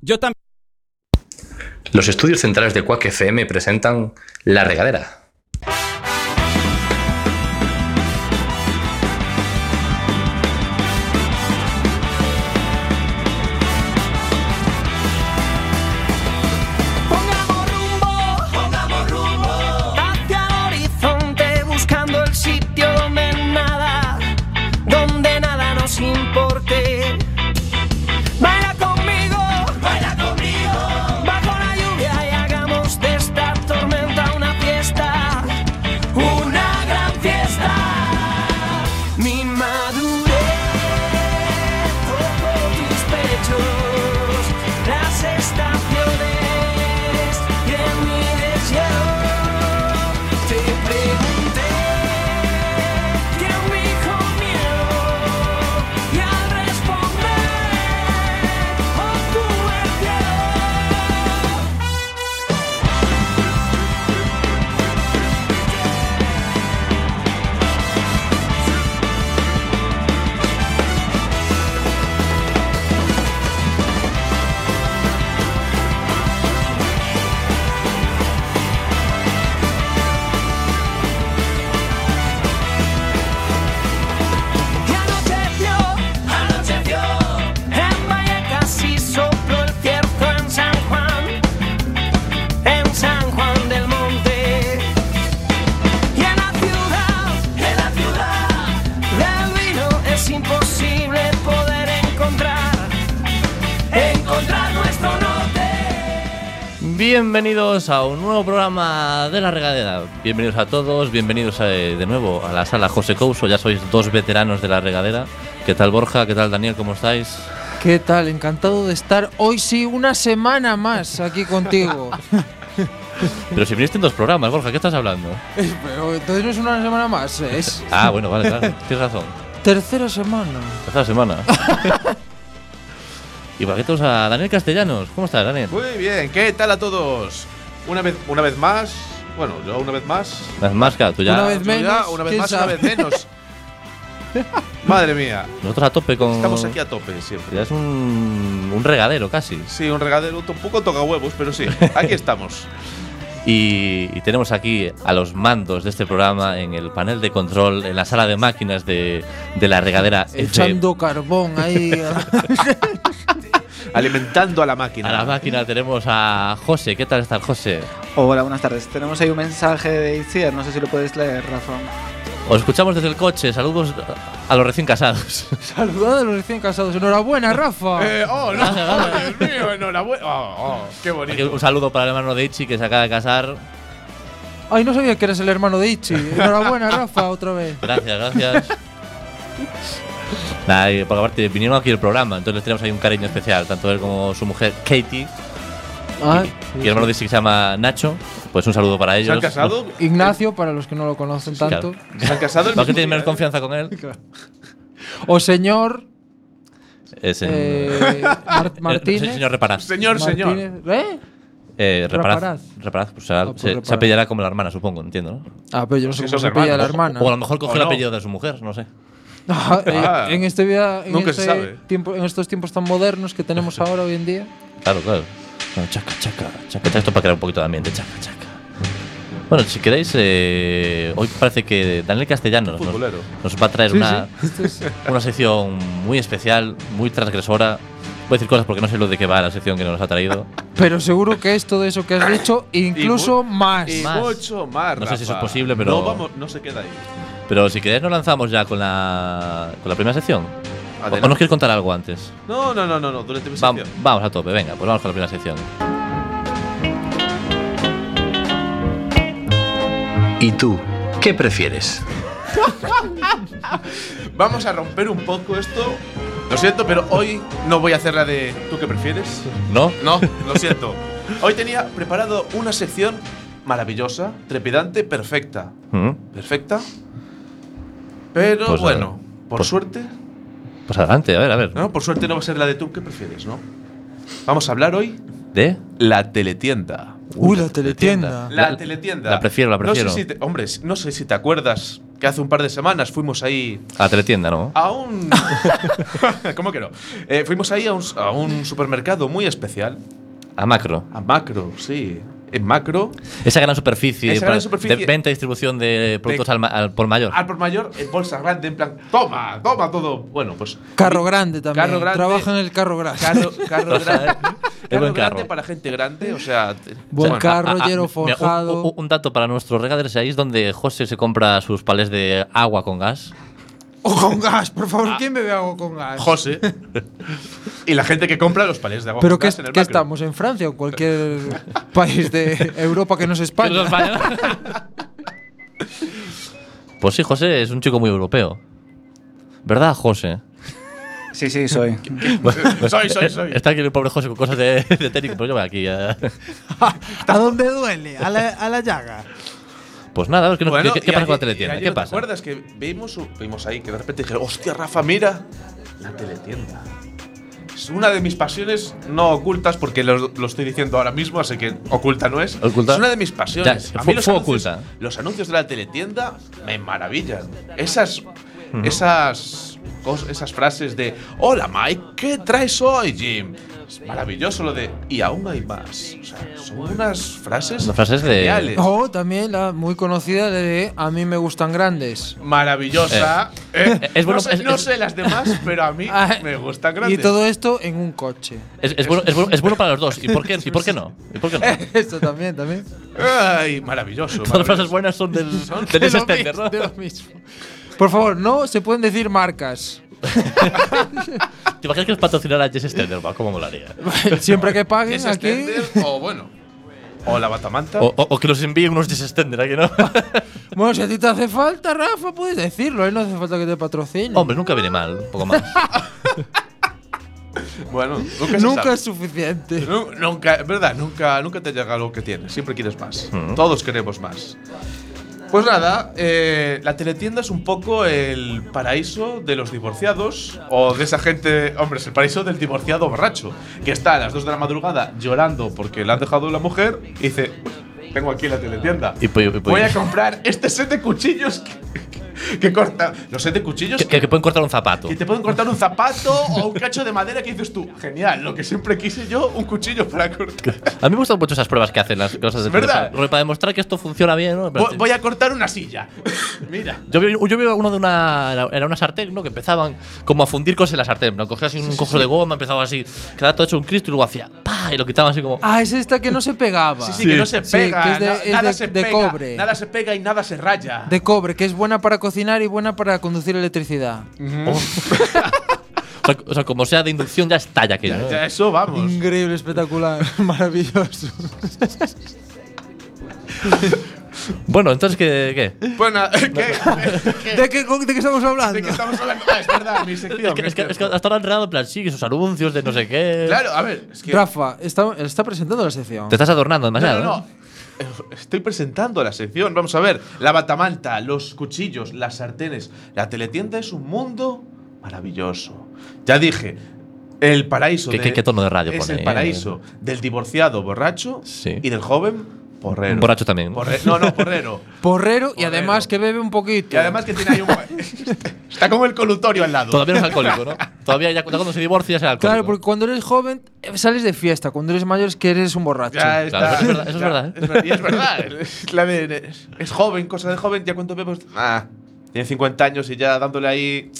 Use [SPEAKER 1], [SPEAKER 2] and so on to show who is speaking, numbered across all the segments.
[SPEAKER 1] Yo también.
[SPEAKER 2] Los estudios centrales de Quack FM presentan La Regadera.
[SPEAKER 3] Pongamos rumbo, pongamos rumbo hacia el horizonte buscando el sitio donde nada, donde nada nos importe. Baila conmigo, baila conmigo bajo la lluvia y hagamos de esta tormenta una fiesta, una gran fiesta. Mi madurez toco tus pechos, las estaciones y en mi deseo te pregunté que me dijo miedo y al "Oh, responder obtuve el cielo. Y anocheció, anocheció En Vallecas y sopló el cierzo en San Juan En San Juan del Monte Y en la ciudad, en la ciudad Del vino es imposible poder encontrar Encontrar nuestro norte
[SPEAKER 4] Bienvenidos a un nuevo programa de la regadera. Bienvenidos a todos, bienvenidos a, eh, de nuevo a la sala José Couso. Ya sois dos veteranos de la regadera. ¿Qué tal Borja? ¿Qué tal Daniel? ¿Cómo estáis?
[SPEAKER 5] ¿Qué tal? Encantado de estar hoy sí una semana más aquí contigo.
[SPEAKER 4] Pero si viniste en dos programas, Borja, ¿qué estás hablando?
[SPEAKER 5] Pero entonces no es una semana más, eh. es
[SPEAKER 4] Ah, bueno, vale, claro. Tienes razón.
[SPEAKER 5] tercera semana.
[SPEAKER 4] Esta semana. Y paquetos a Daniel Castellanos. ¿Cómo estás, Daniel?
[SPEAKER 6] Muy bien, ¿qué tal a todos? Una vez, una vez más, bueno, yo una vez más.
[SPEAKER 4] Las máscaras, tú
[SPEAKER 5] Una
[SPEAKER 4] ya.
[SPEAKER 5] vez menos,
[SPEAKER 6] Ya, una vez
[SPEAKER 5] ¿quién
[SPEAKER 6] más, una
[SPEAKER 5] sabe?
[SPEAKER 6] vez menos. Madre mía,
[SPEAKER 4] Nosotros a tope con.
[SPEAKER 6] estamos aquí a tope siempre.
[SPEAKER 4] Ya es un, un regadero casi.
[SPEAKER 6] Sí, un regadero, un poco toca huevos, pero sí, aquí estamos.
[SPEAKER 4] Y, y tenemos aquí a los mandos de este programa en el panel de control, en la sala de máquinas de, de la regadera
[SPEAKER 5] Echando carbón ahí.
[SPEAKER 6] Alimentando a la
[SPEAKER 4] F.
[SPEAKER 6] máquina.
[SPEAKER 4] A la máquina tenemos a José. ¿Qué tal está José?
[SPEAKER 7] Hola, buenas tardes. Tenemos ahí un mensaje de Itziar, no sé si lo podéis leer, Rafa.
[SPEAKER 4] Os escuchamos desde el coche. Saludos a los recién casados.
[SPEAKER 5] Saludad a los recién casados. Enhorabuena, Rafa.
[SPEAKER 6] Eh, oh, no, Dios mío, enhorabuena. Oh, oh, qué
[SPEAKER 4] Aquí
[SPEAKER 6] bonito.
[SPEAKER 4] Un saludo para el hermano de Ichi que se acaba de casar.
[SPEAKER 5] Ay, no sabía que eres el hermano de Ichi. Enhorabuena, Rafa, otra vez.
[SPEAKER 4] Gracias, gracias. Nada, y por aparte vinieron aquí al programa, entonces les tenemos ahí un cariño especial, tanto él como su mujer Katie
[SPEAKER 5] Ah,
[SPEAKER 4] y el hermano de Ichi que se llama Nacho. Pues un saludo para ellos.
[SPEAKER 6] ¿Se han casado?
[SPEAKER 5] Ignacio, para los que no lo conocen
[SPEAKER 4] Claro.
[SPEAKER 5] tanto.
[SPEAKER 6] ¿Se han casado? el
[SPEAKER 4] ¿Para qué tienes
[SPEAKER 6] mismo
[SPEAKER 4] menos
[SPEAKER 6] día, eh?
[SPEAKER 4] confianza con él?
[SPEAKER 5] O señor
[SPEAKER 4] Es en-
[SPEAKER 5] eh, Mar-
[SPEAKER 4] Eh,
[SPEAKER 5] Martínez.
[SPEAKER 4] sí, señor, reparad.
[SPEAKER 6] Señor, señor.
[SPEAKER 5] Martínez- ¿Eh?
[SPEAKER 4] Eh, reparad.
[SPEAKER 5] Reparad.
[SPEAKER 4] Reparad, pues, será-
[SPEAKER 5] Ah, pues
[SPEAKER 4] se,
[SPEAKER 5] reparad.
[SPEAKER 4] se apellará como la hermana, supongo, entiendo, ¿no?
[SPEAKER 5] Ah, pero yo no
[SPEAKER 6] Sí,
[SPEAKER 5] sé cómo
[SPEAKER 6] son
[SPEAKER 5] se apellida la
[SPEAKER 6] hermanos.
[SPEAKER 5] hermana.
[SPEAKER 4] O a lo mejor coge
[SPEAKER 6] O
[SPEAKER 4] el
[SPEAKER 6] no.
[SPEAKER 4] apellido de su mujer, no sé.
[SPEAKER 5] Ah, eh,
[SPEAKER 6] Ah.
[SPEAKER 5] en este vida, en,
[SPEAKER 6] Nunca se
[SPEAKER 5] este
[SPEAKER 6] sabe.
[SPEAKER 5] tiempo- en estos tiempos tan modernos que tenemos ahora hoy en día.
[SPEAKER 4] Claro, claro. Bueno, chaca, chaca, chaca, chaca. Esto para crear un poquito de ambiente, chaca, chaca. Bueno, si queréis, eh, hoy parece que Daniel Castellanos nos,
[SPEAKER 6] Futbolero.
[SPEAKER 4] nos va a traer una, una sección muy especial, muy transgresora. Voy a decir cosas porque no sé lo de qué va la sección que nos ha traído.
[SPEAKER 5] Pero seguro que es todo eso que has dicho, incluso
[SPEAKER 6] Y mu-
[SPEAKER 5] más.
[SPEAKER 6] Y
[SPEAKER 4] Más.
[SPEAKER 6] mucho más.
[SPEAKER 4] No sé si eso
[SPEAKER 6] Rafa.
[SPEAKER 4] es posible, pero-
[SPEAKER 6] No, vamos, no se queda ahí.
[SPEAKER 4] Pero si queréis, nos lanzamos ya con la, con la primera sección. ¿O- ¿O
[SPEAKER 6] Adelante.
[SPEAKER 4] nos quieres contar algo antes?
[SPEAKER 6] No, no, no, no, no, durante mi
[SPEAKER 4] Va-
[SPEAKER 6] sección.
[SPEAKER 4] vamos a tope, venga, pues vamos con la primera sección.
[SPEAKER 2] ¿Y tú qué prefieres?
[SPEAKER 6] Vamos a romper un poco esto. Lo siento, pero hoy no voy a hacer la de ¿tú qué prefieres?
[SPEAKER 4] ¿No?
[SPEAKER 6] No, lo siento. Hoy tenía preparado una sección maravillosa, trepidante, perfecta.
[SPEAKER 4] Mm,
[SPEAKER 6] Perfecta. Pero
[SPEAKER 4] Pues,
[SPEAKER 6] bueno, por
[SPEAKER 4] pues-
[SPEAKER 6] suerte,
[SPEAKER 4] Pues adelante, a ver, a ver.
[SPEAKER 6] no, por suerte no va a ser la de tú qué prefieres, ¿no? Vamos a hablar hoy
[SPEAKER 4] ¿De?
[SPEAKER 6] la teletienda.
[SPEAKER 5] Uy, la teletienda.
[SPEAKER 4] La-
[SPEAKER 6] La teletienda.
[SPEAKER 4] la prefiero, la
[SPEAKER 6] No
[SPEAKER 4] prefiero.
[SPEAKER 6] sé si te- hombre, no sé si te acuerdas que hace un par de semanas fuimos ahí
[SPEAKER 4] A teletienda, ¿no?
[SPEAKER 6] a un. ¿Cómo que no? Eh, fuimos ahí a un, a un supermercado muy especial.
[SPEAKER 4] A macro.
[SPEAKER 6] A macro, sí. En macro.
[SPEAKER 4] Esa gran superficie,
[SPEAKER 6] Esa
[SPEAKER 4] para-
[SPEAKER 6] gran superficie-
[SPEAKER 4] de venta y distribución de productos al, ma- al por mayor.
[SPEAKER 6] Al por mayor, en bolsa grande, en plan, toma, toma todo. Bueno, pues.
[SPEAKER 5] Carro grande también.
[SPEAKER 6] Carro grande.
[SPEAKER 5] Trabaja en el carro grande.
[SPEAKER 6] Carro, carro grande.
[SPEAKER 4] Es buen
[SPEAKER 6] Carro grande
[SPEAKER 4] carro.
[SPEAKER 6] para gente grande, o sea. te-
[SPEAKER 5] Buen
[SPEAKER 6] o sea,
[SPEAKER 5] carro, hierro
[SPEAKER 4] Ah, mira, un-
[SPEAKER 5] forjado.
[SPEAKER 4] un, un dato para nuestros regaderos ahí es donde José se compra sus palés de agua con gas.
[SPEAKER 5] O con gas, por
[SPEAKER 6] Ah.
[SPEAKER 5] favor. ¿Quién bebe agua con gas?
[SPEAKER 6] José. y la gente que compra los palés de agua.
[SPEAKER 5] ¿Pero
[SPEAKER 6] con
[SPEAKER 5] qué,
[SPEAKER 6] gas en el
[SPEAKER 5] qué
[SPEAKER 6] macro.
[SPEAKER 5] estamos? ¿En Francia o en cualquier país de Europa que no es España?
[SPEAKER 4] Pues sí, José es un chico muy europeo. ¿Verdad, José?
[SPEAKER 7] Sí, sí, soy.
[SPEAKER 6] Soy, soy, soy.
[SPEAKER 4] Está aquí el pobre José con cosas de, de técnico, pero yo voy aquí. eh.
[SPEAKER 1] ¿A dónde duele? A la, a la llaga.
[SPEAKER 4] Pues nada, es que no-
[SPEAKER 6] Bueno,
[SPEAKER 4] ¿qué, qué
[SPEAKER 6] y
[SPEAKER 4] pasa con la
[SPEAKER 6] ayer- y
[SPEAKER 4] teletienda?
[SPEAKER 6] ayer,
[SPEAKER 4] ¿Qué
[SPEAKER 6] ¿no ¿Te
[SPEAKER 4] pasa?
[SPEAKER 6] acuerdas que vimos, vimos ahí que de repente dije, hostia, Rafa, mira la teletienda? Es una de mis pasiones no ocultas, porque lo, lo estoy diciendo ahora mismo, así que oculta no es.
[SPEAKER 4] ¿Oculta?
[SPEAKER 6] Es una de mis pasiones.
[SPEAKER 4] Ya, fue- fue oculta.
[SPEAKER 6] Los anuncios de la teletienda me maravillan. Esas. Esas. cos- Esas frases de Hola Mike, ¿qué traes hoy, Jim? Es maravilloso lo de Y aún hay más. O sea, son unas frases.
[SPEAKER 4] Unas frases de-
[SPEAKER 6] geniales.
[SPEAKER 5] O también la muy conocida de A mí me gustan grandes.
[SPEAKER 6] maravillosa. Eh,
[SPEAKER 4] es bueno-
[SPEAKER 6] no sé,
[SPEAKER 4] es-
[SPEAKER 6] no
[SPEAKER 4] es-
[SPEAKER 6] sé las demás, pero a mí
[SPEAKER 5] Ah,
[SPEAKER 6] me gusta grande.
[SPEAKER 5] Y todo esto en un coche.
[SPEAKER 4] Es, es bueno, es, bueno, es bueno para los dos. ¿Y por qué, y por qué no? ¿Y por qué no?
[SPEAKER 6] Eh.
[SPEAKER 5] Esto también, también.
[SPEAKER 6] Ay, maravilloso.
[SPEAKER 4] Todas las frases
[SPEAKER 6] maravilloso.
[SPEAKER 4] buenas son del,
[SPEAKER 5] De
[SPEAKER 4] del
[SPEAKER 5] lo
[SPEAKER 4] extender,
[SPEAKER 5] mis-
[SPEAKER 4] ¿no?
[SPEAKER 5] de lo mismo. Por favor, no se pueden decir marcas.
[SPEAKER 4] ¿Te imaginas que nos patrocinara Jess Extender? Va, cómo molaría.
[SPEAKER 5] Siempre que paguen
[SPEAKER 6] Es
[SPEAKER 5] aquí.
[SPEAKER 6] extender Este, o bueno. O la batamanta.
[SPEAKER 4] O, o- o que nos envíen unos Jess Extender, ¿a que no?
[SPEAKER 5] Bueno, si a ti te hace falta, Rafa, puedes decirlo. ¿eh? No hace falta que te patrocine.
[SPEAKER 4] Hombre, nunca viene mal, un poco más.
[SPEAKER 6] Bueno, nunca, se
[SPEAKER 5] Nunca
[SPEAKER 6] sabe.
[SPEAKER 5] es suficiente.
[SPEAKER 6] Nu- Nunca, es verdad, nunca, nunca te llega lo que tienes. Siempre quieres más. Todos queremos más. Pues nada, eh, la teletienda es un poco el paraíso de los divorciados o de esa gente. Hombre, es el paraíso del divorciado borracho que está a las 2 de la madrugada llorando porque le han dejado la mujer y dice: Tengo aquí la teletienda.
[SPEAKER 4] Y pues- y pues-
[SPEAKER 6] Voy a comprar este set de cuchillos que, que corta. Los set de cuchillos
[SPEAKER 4] que, que- que pueden cortar un zapato.
[SPEAKER 6] que te pueden cortar un zapato o un cacho de madera que dices tú, genial, lo que siempre quise yo, un cuchillo para cortar.
[SPEAKER 4] A mí me gustan mucho esas pruebas que hacen las cosas de
[SPEAKER 6] ¿Verdad?
[SPEAKER 4] Para, para demostrar que esto funciona bien, ¿no?
[SPEAKER 6] Vo- Voy a cortar una silla. Mira.
[SPEAKER 4] Yo vi, yo vi uno de una. era- Era una sartén, ¿no? Que empezaban como a fundir cosas en la sartén. ¿no? Cogía así un cojo de goma, empezaba así. Quedaba todo hecho un cristo y luego hacía. ¡Pah! Y lo quitaban así como.
[SPEAKER 5] Ah, es esta que no se pegaba.
[SPEAKER 6] Sí, sí, que no se
[SPEAKER 5] Sí,
[SPEAKER 6] pega.
[SPEAKER 5] que es de,
[SPEAKER 6] na-
[SPEAKER 5] es
[SPEAKER 6] nada
[SPEAKER 5] de-
[SPEAKER 6] se
[SPEAKER 5] de
[SPEAKER 6] pega.
[SPEAKER 5] cobre.
[SPEAKER 6] Nada se pega y nada se raya.
[SPEAKER 5] De cobre, que es buena para cocinar y buena para conducir electricidad.
[SPEAKER 4] O
[SPEAKER 6] Pues-
[SPEAKER 4] sea, o sea, como sea de inducción, ya estalla aquello. ¿no?
[SPEAKER 6] Ya, eso vamos.
[SPEAKER 5] Increíble, espectacular, maravilloso.
[SPEAKER 4] Bueno, entonces, ¿qué?
[SPEAKER 5] Mm.
[SPEAKER 4] qué?
[SPEAKER 6] Bueno, ¿qué?
[SPEAKER 5] ¿De qué, de qué estamos hablando?
[SPEAKER 6] ¿De qué estamos hablando? Ah, es verdad, mi sección.
[SPEAKER 4] Es que, es que-
[SPEAKER 6] es
[SPEAKER 4] es que hasta ahora han regado en plan, sí, que sus anuncios de no sé qué.
[SPEAKER 6] Claro, a ver, es que.
[SPEAKER 5] Rafa, está, está presentando la sección.
[SPEAKER 4] Te estás adornando demasiado.
[SPEAKER 6] No, no, no. Estoy presentando la sección. Vamos a ver. La batamanta, los cuchillos, las sartenes. La teletienda es un mundo maravilloso. Ya dije, el paraíso.
[SPEAKER 4] ¿Qué-
[SPEAKER 6] de-
[SPEAKER 4] qué- qué tono de radio
[SPEAKER 6] Es
[SPEAKER 4] pone ahí,
[SPEAKER 6] el paraíso del divorciado borracho
[SPEAKER 4] Sí.
[SPEAKER 6] y del joven porrero.
[SPEAKER 4] Borracho también.
[SPEAKER 6] Porre- no, no, porrero.
[SPEAKER 5] Porrero y
[SPEAKER 6] Porrero.
[SPEAKER 5] además que bebe un poquito.
[SPEAKER 6] y además que tiene ahí un. Está como el colutorio al lado.
[SPEAKER 4] Todavía no es alcohólico, ¿no? Todavía ya, ya cuando se divorcia es alcohólico.
[SPEAKER 5] claro, porque cuando eres joven eh, sales de fiesta, cuando eres mayor es que eres un borracho.
[SPEAKER 4] Claro,
[SPEAKER 6] Ya está.
[SPEAKER 4] eso es verdad, eso es
[SPEAKER 6] Ya,
[SPEAKER 4] verdad, ¿eh?
[SPEAKER 6] ver- y es verdad. Es, la de- es- es joven, cosa de joven. Ya cuánto vemos. Ah, tiene 50 años y ya dándole ahí.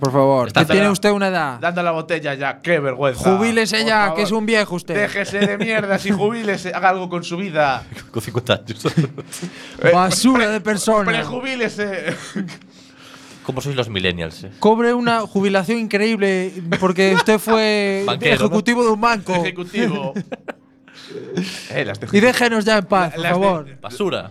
[SPEAKER 5] Por favor,
[SPEAKER 4] Está
[SPEAKER 5] que tiene
[SPEAKER 6] cerrado.
[SPEAKER 5] usted una
[SPEAKER 4] Ah.
[SPEAKER 5] edad.
[SPEAKER 6] Dando la botella ya. Qué vergüenza.
[SPEAKER 5] Jubílese
[SPEAKER 6] Por
[SPEAKER 5] ya,
[SPEAKER 6] favor,
[SPEAKER 5] que es un viejo usted.
[SPEAKER 6] Déjese de mierdas y jubílese. Haga algo con su vida.
[SPEAKER 4] Con 50 años.
[SPEAKER 6] Eh,
[SPEAKER 5] Basura de persona.
[SPEAKER 6] Prejubílese.
[SPEAKER 4] ¿Cómo sois los millennials? eh?
[SPEAKER 5] Cobre una jubilación increíble porque usted fue
[SPEAKER 4] Banquero, ¿no?
[SPEAKER 5] ejecutivo de un banco.
[SPEAKER 6] Ejecutivo. eh, las de
[SPEAKER 5] Y déjenos ya en paz, por
[SPEAKER 6] Las de-
[SPEAKER 5] favor.
[SPEAKER 4] Basura.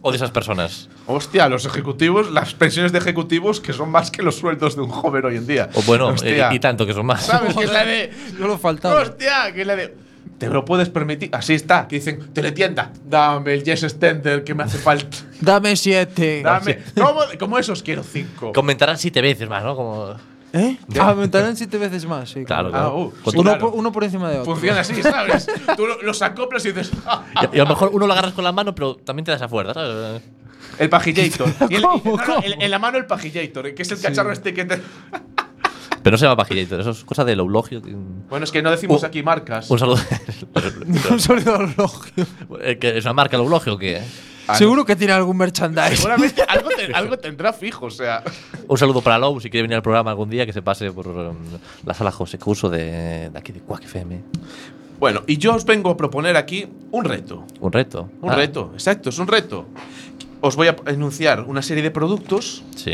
[SPEAKER 4] O de esas personas.
[SPEAKER 6] Hostia, los ejecutivos, las pensiones de ejecutivos que son más que los sueldos de un joven hoy en día.
[SPEAKER 4] O bueno, eh,
[SPEAKER 6] Hostia.
[SPEAKER 4] y, tanto que son más.
[SPEAKER 6] ¿Sabes? Que es la de.
[SPEAKER 5] No lo faltaba.
[SPEAKER 6] Hostia, que es la de. Te lo puedes permitir. Así está. Que dicen, teletienda. Dame el Yes Extender que me hace falta.
[SPEAKER 5] Dame siete.
[SPEAKER 6] Dame. ¿Cómo, cómo esos quiero cinco?
[SPEAKER 4] Comentarán siete veces más, ¿no? Como.
[SPEAKER 5] ¿Eh? Aumentarán siete veces más. sí,
[SPEAKER 4] Claro,
[SPEAKER 6] Ah,
[SPEAKER 4] claro.
[SPEAKER 6] uh,
[SPEAKER 4] Con-
[SPEAKER 6] sí,
[SPEAKER 5] Uno,
[SPEAKER 6] claro.
[SPEAKER 5] por, uno por encima de otro.
[SPEAKER 6] Funciona así, ¿sabes? Tú lo- los acoplas y dices. "Ah".
[SPEAKER 4] y, y a lo mejor uno lo agarras con la mano, pero también te das a fuerza, ¿sabes?
[SPEAKER 6] El pajillator. Y el- no, no, en, en la mano el pajillator, que es el cacharro este que te.
[SPEAKER 4] Pero no se llama Pajillator, eso es cosa del eulogio. Un
[SPEAKER 6] Bueno, es que no decimos
[SPEAKER 4] Uh,
[SPEAKER 6] aquí marcas.
[SPEAKER 4] saludo.
[SPEAKER 6] Pues-
[SPEAKER 5] Un sonido del elogio.
[SPEAKER 4] Eh, que ¿Es una marca el eulogio o qué? eh?
[SPEAKER 6] Ah, no.
[SPEAKER 5] Seguro que tiene algún merchandise.
[SPEAKER 6] Seguramente algo, te- algo tendrá fijo, o sea.
[SPEAKER 4] Un saludo para Lou, si quiere venir al programa algún día, que se pase por um, la sala José Curso de, de aquí de Quack FM.
[SPEAKER 6] Bueno, y yo os vengo a proponer aquí un reto.
[SPEAKER 4] Un reto.
[SPEAKER 6] Un
[SPEAKER 4] Ah,
[SPEAKER 6] reto, exacto, es un reto. Os voy a enunciar una serie de productos
[SPEAKER 4] Sí.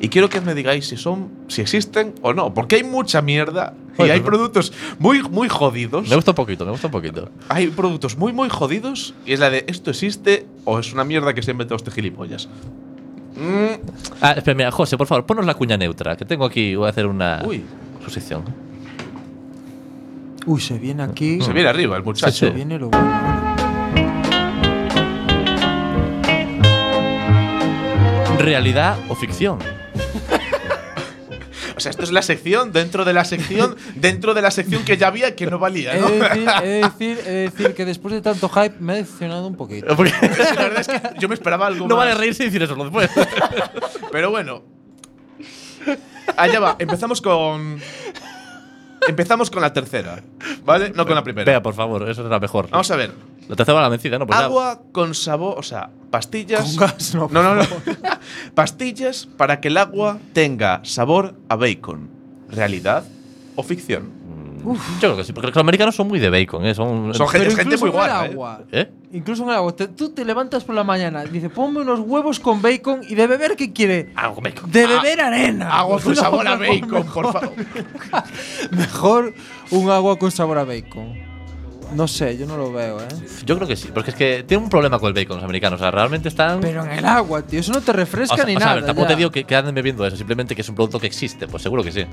[SPEAKER 6] y quiero que me digáis si son, si existen o no, porque hay mucha mierda y
[SPEAKER 4] Joder,
[SPEAKER 6] hay
[SPEAKER 4] pero-
[SPEAKER 6] productos muy, muy jodidos.
[SPEAKER 4] Me gusta un poquito, me gusta un poquito.
[SPEAKER 6] Hay productos muy, muy jodidos y es la de esto existe o es una mierda que se ha inventado este gilipollas. Mm,
[SPEAKER 4] Ah, espera, mira, José, por favor, ponos la cuña neutra, que tengo aquí, voy a hacer una
[SPEAKER 6] Uy.
[SPEAKER 4] sucesión.
[SPEAKER 5] Uy, se viene aquí.
[SPEAKER 4] Mm.
[SPEAKER 6] se viene arriba el muchacho.
[SPEAKER 5] Se viene lo bueno.
[SPEAKER 4] ¿Realidad o ficción?
[SPEAKER 6] O sea, esto es la sección dentro de la sección, dentro de la sección que ya había que no valía,
[SPEAKER 5] He
[SPEAKER 6] ¿no?
[SPEAKER 4] Eh,
[SPEAKER 5] de decir, he de decir, he de decir que después de tanto hype me he decepcionado un poquito.
[SPEAKER 6] Porque la verdad es que yo me esperaba algo
[SPEAKER 4] No
[SPEAKER 6] más.
[SPEAKER 4] vale reírse y decir eso después.
[SPEAKER 6] Pero bueno. Allá va, empezamos con. Empezamos con la tercera, ¿vale? No con la primera.
[SPEAKER 4] Vea, por favor, eso será mejor.
[SPEAKER 6] Vamos a ver.
[SPEAKER 4] La tercera va la vencida, ¿no? Pues ya-
[SPEAKER 6] Agua con sabor, o sea, pastillas.
[SPEAKER 5] Con gas, no,
[SPEAKER 6] no, no, no. pastillas para que el agua tenga sabor a bacon. ¿Realidad o ficción?
[SPEAKER 4] Yo creo que sí, porque los americanos son muy de bacon, ¿eh? Son,
[SPEAKER 6] Son gente,
[SPEAKER 5] Pero
[SPEAKER 6] gente
[SPEAKER 5] incluso en
[SPEAKER 6] muy
[SPEAKER 5] el
[SPEAKER 6] guapa. ¿eh?
[SPEAKER 5] agua.
[SPEAKER 4] ¿Eh?
[SPEAKER 5] Incluso en el agua. Te- tú te levantas por la mañana, dice, ponme unos huevos con bacon y de beber, ¿qué quiere?
[SPEAKER 4] Agua bacon.
[SPEAKER 5] De beber arena.
[SPEAKER 6] Ah, Agua con
[SPEAKER 5] No,
[SPEAKER 6] sabor a
[SPEAKER 5] mejor-
[SPEAKER 6] bacon, por favor.
[SPEAKER 5] Mejor un agua con sabor a bacon. No sé, yo no lo veo, ¿eh?
[SPEAKER 4] Yo creo que sí, porque es que tienen un problema con el bacon los americanos. O sea, realmente están.
[SPEAKER 5] Pero en el agua, tío, eso no te refresca
[SPEAKER 4] o sea,
[SPEAKER 5] ni
[SPEAKER 4] o sea, a
[SPEAKER 5] nada.
[SPEAKER 4] ver, tampoco
[SPEAKER 5] ya.
[SPEAKER 4] te digo que, que anden bebiendo eso, simplemente que es un producto que existe, pues seguro que sí.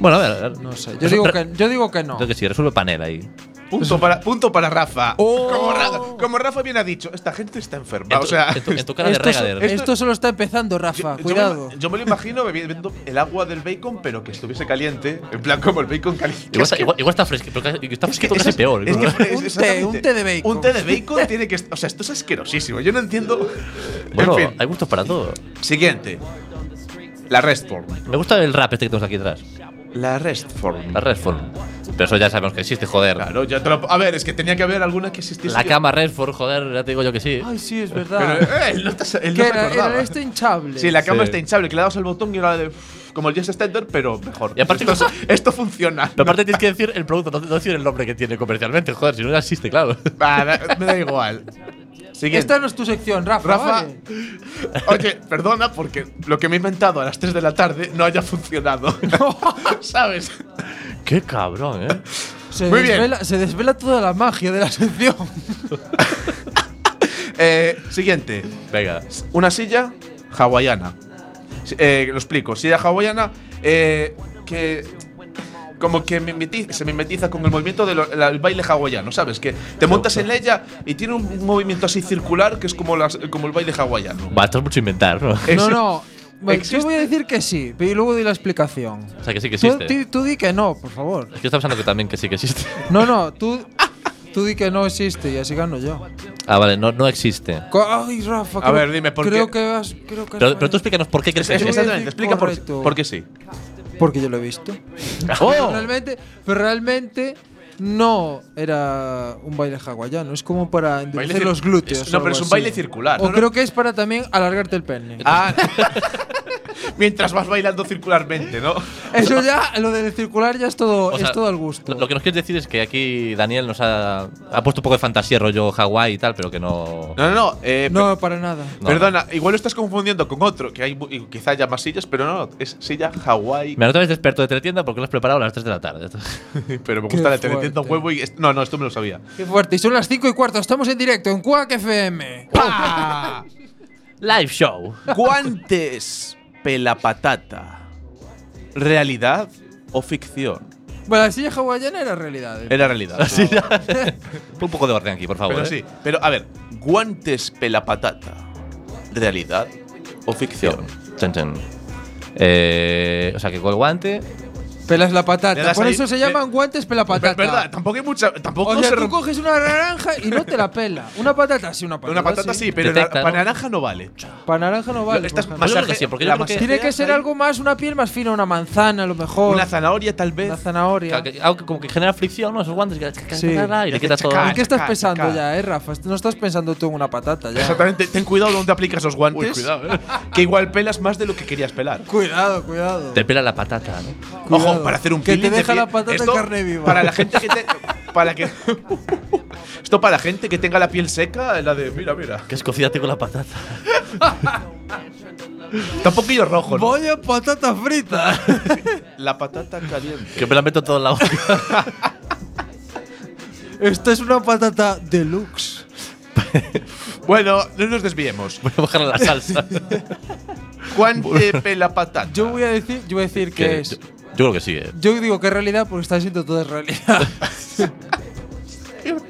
[SPEAKER 4] Bueno, a ver, a ver.
[SPEAKER 5] No sé, yo
[SPEAKER 4] Eso-
[SPEAKER 5] digo,
[SPEAKER 4] re-
[SPEAKER 5] que, yo digo que no.
[SPEAKER 4] Creo que sí, resuelve panel ahí.
[SPEAKER 6] Punto para, punto para Rafa.
[SPEAKER 5] Oh.
[SPEAKER 6] Como, Rafa. como Rafa bien ha dicho, esta gente está enferma.
[SPEAKER 4] En tu,
[SPEAKER 6] O sea,
[SPEAKER 4] en tu- en tu cara de
[SPEAKER 5] Esto, so-
[SPEAKER 4] regadero.
[SPEAKER 5] esto solo está empezando, Rafa.
[SPEAKER 6] Yo- Yo
[SPEAKER 5] Cuidado.
[SPEAKER 6] me, yo me lo imagino bebiendo el agua del bacon, pero que estuviese caliente. En plan, como el bacon caliente.
[SPEAKER 4] Igual
[SPEAKER 6] Es
[SPEAKER 4] está,
[SPEAKER 6] que-
[SPEAKER 4] igual, igual está fresquito, pero que- está fresquito casi
[SPEAKER 6] es-
[SPEAKER 4] peor.
[SPEAKER 6] es
[SPEAKER 4] igual.
[SPEAKER 6] que- es-
[SPEAKER 5] Un
[SPEAKER 6] es-
[SPEAKER 5] té, un té de bacon.
[SPEAKER 6] Un té de bacon tiene que. est- O sea, esto es asquerosísimo. Yo no entiendo.
[SPEAKER 4] bueno,
[SPEAKER 6] en fin,
[SPEAKER 4] hay gustos para todo.
[SPEAKER 6] siguiente. La Restform.
[SPEAKER 4] Me gusta el rap este que tenemos aquí atrás.
[SPEAKER 6] La Restform.
[SPEAKER 4] La Redford. Pero eso ya sabemos que existe, joder.
[SPEAKER 6] Claro, ya te lo- A ver, es que tenía que haber alguna que existiese.
[SPEAKER 4] La cama Redford, joder, ya te digo yo que sí.
[SPEAKER 5] Ay, sí, es
[SPEAKER 6] Pero,
[SPEAKER 5] verdad.
[SPEAKER 6] eh, él no, te- él no
[SPEAKER 5] que
[SPEAKER 6] se
[SPEAKER 5] era,
[SPEAKER 6] acordaba.
[SPEAKER 5] era este hinchable.
[SPEAKER 6] Sí, la cama
[SPEAKER 4] Sí.
[SPEAKER 6] está hinchable, que le dabas al botón y era de. Como el Jess Stender, pero mejor.
[SPEAKER 4] Y aparte-
[SPEAKER 6] esto, esto funciona.
[SPEAKER 4] Pero aparte tienes que decir el producto, no, no decir el nombre que tiene comercialmente, joder, si no ya existe, claro.
[SPEAKER 6] Va, da- me da igual. Siguiente.
[SPEAKER 5] Esta no es eh. tu sección, Rafa.
[SPEAKER 6] Rafa,
[SPEAKER 5] vale.
[SPEAKER 6] oye, perdona porque lo que me he inventado a las 3 de la tarde no haya funcionado. ¿Sabes?
[SPEAKER 4] Qué cabrón, eh.
[SPEAKER 5] Se,
[SPEAKER 6] muy bien.
[SPEAKER 5] desvela, se desvela toda la magia de la sección.
[SPEAKER 6] Eh, siguiente.
[SPEAKER 4] Venga.
[SPEAKER 6] Una silla hawaiana. Si- Eh, lo explico. Silla hawaiana eh, que… Como que mimeti- se mimetiza con el movimiento del baile hawaiano, ¿sabes? Que te montas en ella y tiene un movimiento así circular que es como, las- como el baile hawaiano.
[SPEAKER 4] Va, esto es mucho inventar, ¿no? O
[SPEAKER 5] no, no. Bueno,
[SPEAKER 6] existe-
[SPEAKER 5] Yo voy a decir que sí, pero y luego di la explicación.
[SPEAKER 4] sea, que sí que
[SPEAKER 5] Tú,
[SPEAKER 4] existe.
[SPEAKER 5] ti- tú di que no, por favor.
[SPEAKER 4] Es que está pensando que también que sí que existe.
[SPEAKER 5] No, no, tú, tú di que no existe y así gano yo.
[SPEAKER 4] Ah, vale, no, no existe.
[SPEAKER 5] Co- Ay, Rafa,
[SPEAKER 6] A
[SPEAKER 5] creo-
[SPEAKER 6] ver, dime, ¿por
[SPEAKER 5] creo
[SPEAKER 6] qué?
[SPEAKER 5] que has- creo que
[SPEAKER 4] Pero,
[SPEAKER 5] has
[SPEAKER 4] pero tú
[SPEAKER 5] fallado.
[SPEAKER 4] explícanos por qué crees que
[SPEAKER 5] Es-
[SPEAKER 4] existe.
[SPEAKER 6] Exactamente, explica por,
[SPEAKER 5] Correcto. Oh.
[SPEAKER 6] por qué sí.
[SPEAKER 5] Porque yo lo he visto.
[SPEAKER 6] ¡Oh!
[SPEAKER 5] Pero realmente, pero realmente no era un baile hawaiano. Es como para endurecer
[SPEAKER 6] cir-
[SPEAKER 5] los glúteos.
[SPEAKER 6] es-
[SPEAKER 5] o
[SPEAKER 6] no,
[SPEAKER 5] algo
[SPEAKER 6] pero es un
[SPEAKER 5] así.
[SPEAKER 6] baile circular,
[SPEAKER 5] O
[SPEAKER 6] ¿no?
[SPEAKER 5] creo que es para también alargarte el pene.
[SPEAKER 6] Ah, mientras vas bailando circularmente, ¿no?
[SPEAKER 5] Eso ya, lo del circular ya es todo,
[SPEAKER 4] O sea,
[SPEAKER 5] es todo al gusto.
[SPEAKER 4] Lo, lo que nos quieres decir es que aquí Daniel nos ha, ha puesto un poco de fantasía rollo Hawái y tal, pero que no.
[SPEAKER 6] No, no, no. eh,
[SPEAKER 5] no, para nada.
[SPEAKER 4] no.
[SPEAKER 6] Perdona, igual lo estás confundiendo con otro, que hay mu- y quizá haya más sillas, pero no, no, es silla Hawái.
[SPEAKER 4] Me anoto vez experto de teletienda porque lo has preparado a las 3 de la tarde.
[SPEAKER 6] Pero me gusta la
[SPEAKER 5] fuerte.
[SPEAKER 6] teletienda huevo y. es- No, no, esto me lo sabía.
[SPEAKER 5] Qué fuerte. Y son las 5 y cuarto. Estamos en directo en Quack FM.
[SPEAKER 4] Live show.
[SPEAKER 6] Guantes pelapatata. ¿Realidad o ficción?
[SPEAKER 5] Bueno, la silla hawaiana era realidad. eh.
[SPEAKER 6] Era realidad.
[SPEAKER 4] Así ya. Pon un poco de orden aquí, por favor.
[SPEAKER 6] Pero
[SPEAKER 4] ¿eh?
[SPEAKER 6] sí. Pero a ver, guantes pelapatata. ¿Realidad o ficción?
[SPEAKER 4] Chan, chan. Eh, o sea, que con el guante
[SPEAKER 5] Pelas la
[SPEAKER 6] Le
[SPEAKER 5] patata.
[SPEAKER 6] das
[SPEAKER 5] Por
[SPEAKER 6] ahí-
[SPEAKER 5] eso se
[SPEAKER 6] eh,
[SPEAKER 5] llaman guantes pela patata.
[SPEAKER 6] ¿Verdad? Tampoco hay mucha. Tampoco
[SPEAKER 5] O sea,
[SPEAKER 6] se
[SPEAKER 5] tú
[SPEAKER 6] rom-
[SPEAKER 5] coges una naranja y no te la pela. Una patata sí, una patata.
[SPEAKER 6] Una patata sí, pero
[SPEAKER 4] Detecta,
[SPEAKER 6] la- para
[SPEAKER 4] ¿no?
[SPEAKER 6] naranja no vale.
[SPEAKER 5] Para naranja no vale.
[SPEAKER 6] Estas
[SPEAKER 5] por ejemplo.
[SPEAKER 4] Pues yo creo que
[SPEAKER 6] masaje-
[SPEAKER 4] sí, porque yo
[SPEAKER 6] la
[SPEAKER 4] creo que-
[SPEAKER 5] Tiene que ser
[SPEAKER 6] ahí.
[SPEAKER 5] algo más, una piel más fina, una manzana a lo mejor.
[SPEAKER 6] Una zanahoria, tal vez.
[SPEAKER 5] Una zanahoria.
[SPEAKER 4] Ca- que- algo que como que genera fricción, ¿no? Esos guantes que
[SPEAKER 5] Sí.
[SPEAKER 4] y le quita todo.
[SPEAKER 6] chacar.
[SPEAKER 5] ¿En qué estás
[SPEAKER 6] Chaca,
[SPEAKER 5] pensando
[SPEAKER 6] chaca.
[SPEAKER 5] ya, eh, Rafa? No estás pensando tú en una patata ya.
[SPEAKER 6] Exactamente. Ten cuidado donde aplicas los guantes.
[SPEAKER 4] eh.
[SPEAKER 6] Que igual pelas más de lo que querías pelar.
[SPEAKER 5] Cuidado, cuidado.
[SPEAKER 4] Te pela la patata, ¿no?
[SPEAKER 5] Cuidado,
[SPEAKER 6] Ojo, para hacer un
[SPEAKER 5] que te
[SPEAKER 6] peeling de
[SPEAKER 5] deja
[SPEAKER 6] pie-
[SPEAKER 5] la patata en
[SPEAKER 6] Esto,
[SPEAKER 5] carne viva.
[SPEAKER 6] Para la gente que te- para que Esto para la gente que tenga la piel seca, la de mira, mira.
[SPEAKER 4] Que escocíate con la patata.
[SPEAKER 6] Está un poquillo rojo, ¿no?
[SPEAKER 5] Voy a patata frita.
[SPEAKER 6] La patata caliente.
[SPEAKER 4] Que me la meto todo en la boca.
[SPEAKER 5] Esta es una patata deluxe.
[SPEAKER 6] Bueno, no nos desviemos.
[SPEAKER 4] Voy a bajar la salsa.
[SPEAKER 6] Cuante pela patata.
[SPEAKER 5] Yo voy a decir, yo voy a decir que
[SPEAKER 4] Que-
[SPEAKER 5] es.
[SPEAKER 4] yo, yo creo que sí, eh.
[SPEAKER 5] Yo digo que es realidad porque está siendo todo realidad.
[SPEAKER 4] Es-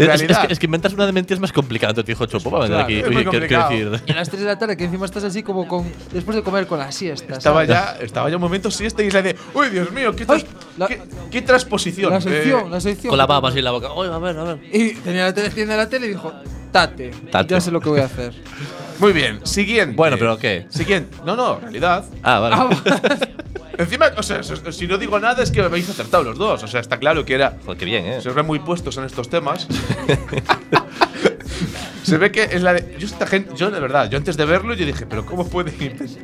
[SPEAKER 4] Es, es
[SPEAKER 6] realidad.
[SPEAKER 4] que, es que inventas una de mentiras más complicada, tío. Hijo, chupo, va a
[SPEAKER 6] Claro,
[SPEAKER 4] aquí.
[SPEAKER 6] es muy
[SPEAKER 4] Oye, ¿qué- ¿qué,
[SPEAKER 6] complicado.
[SPEAKER 5] Y
[SPEAKER 4] decir?
[SPEAKER 5] a las 3 de la tarde, que encima estás así como con. Después de comer con la siesta.
[SPEAKER 6] Estaba
[SPEAKER 5] ¿sabes?
[SPEAKER 6] ya, estaba ya un momento siesta y es la de, uy, Dios mío, qué, trans-
[SPEAKER 5] Ay, la-
[SPEAKER 6] qué, qué transposición.
[SPEAKER 5] La sección,
[SPEAKER 6] Eh,
[SPEAKER 5] la sección.
[SPEAKER 4] Con la baba así en la boca. Oye, a ver, a ver.
[SPEAKER 5] Y tenía la tele, enciende la tele y dijo: Tate,
[SPEAKER 4] Tate.
[SPEAKER 5] Ya sé lo que voy a hacer.
[SPEAKER 6] muy bien, siguiente.
[SPEAKER 4] Bueno, pero ¿qué?
[SPEAKER 6] Siguiente. No, no, en realidad.
[SPEAKER 4] Ah, vale.
[SPEAKER 6] Encima, o sea, si si no digo nada es que me habéis acertado los dos. O sea, está claro que era
[SPEAKER 4] Joder, qué bien, eh.
[SPEAKER 6] Se os ven muy puestos en estos temas. Se ve que es la de. Yo, esta gente, yo, de verdad, yo antes de verlo, yo dije, pero ¿cómo puede.?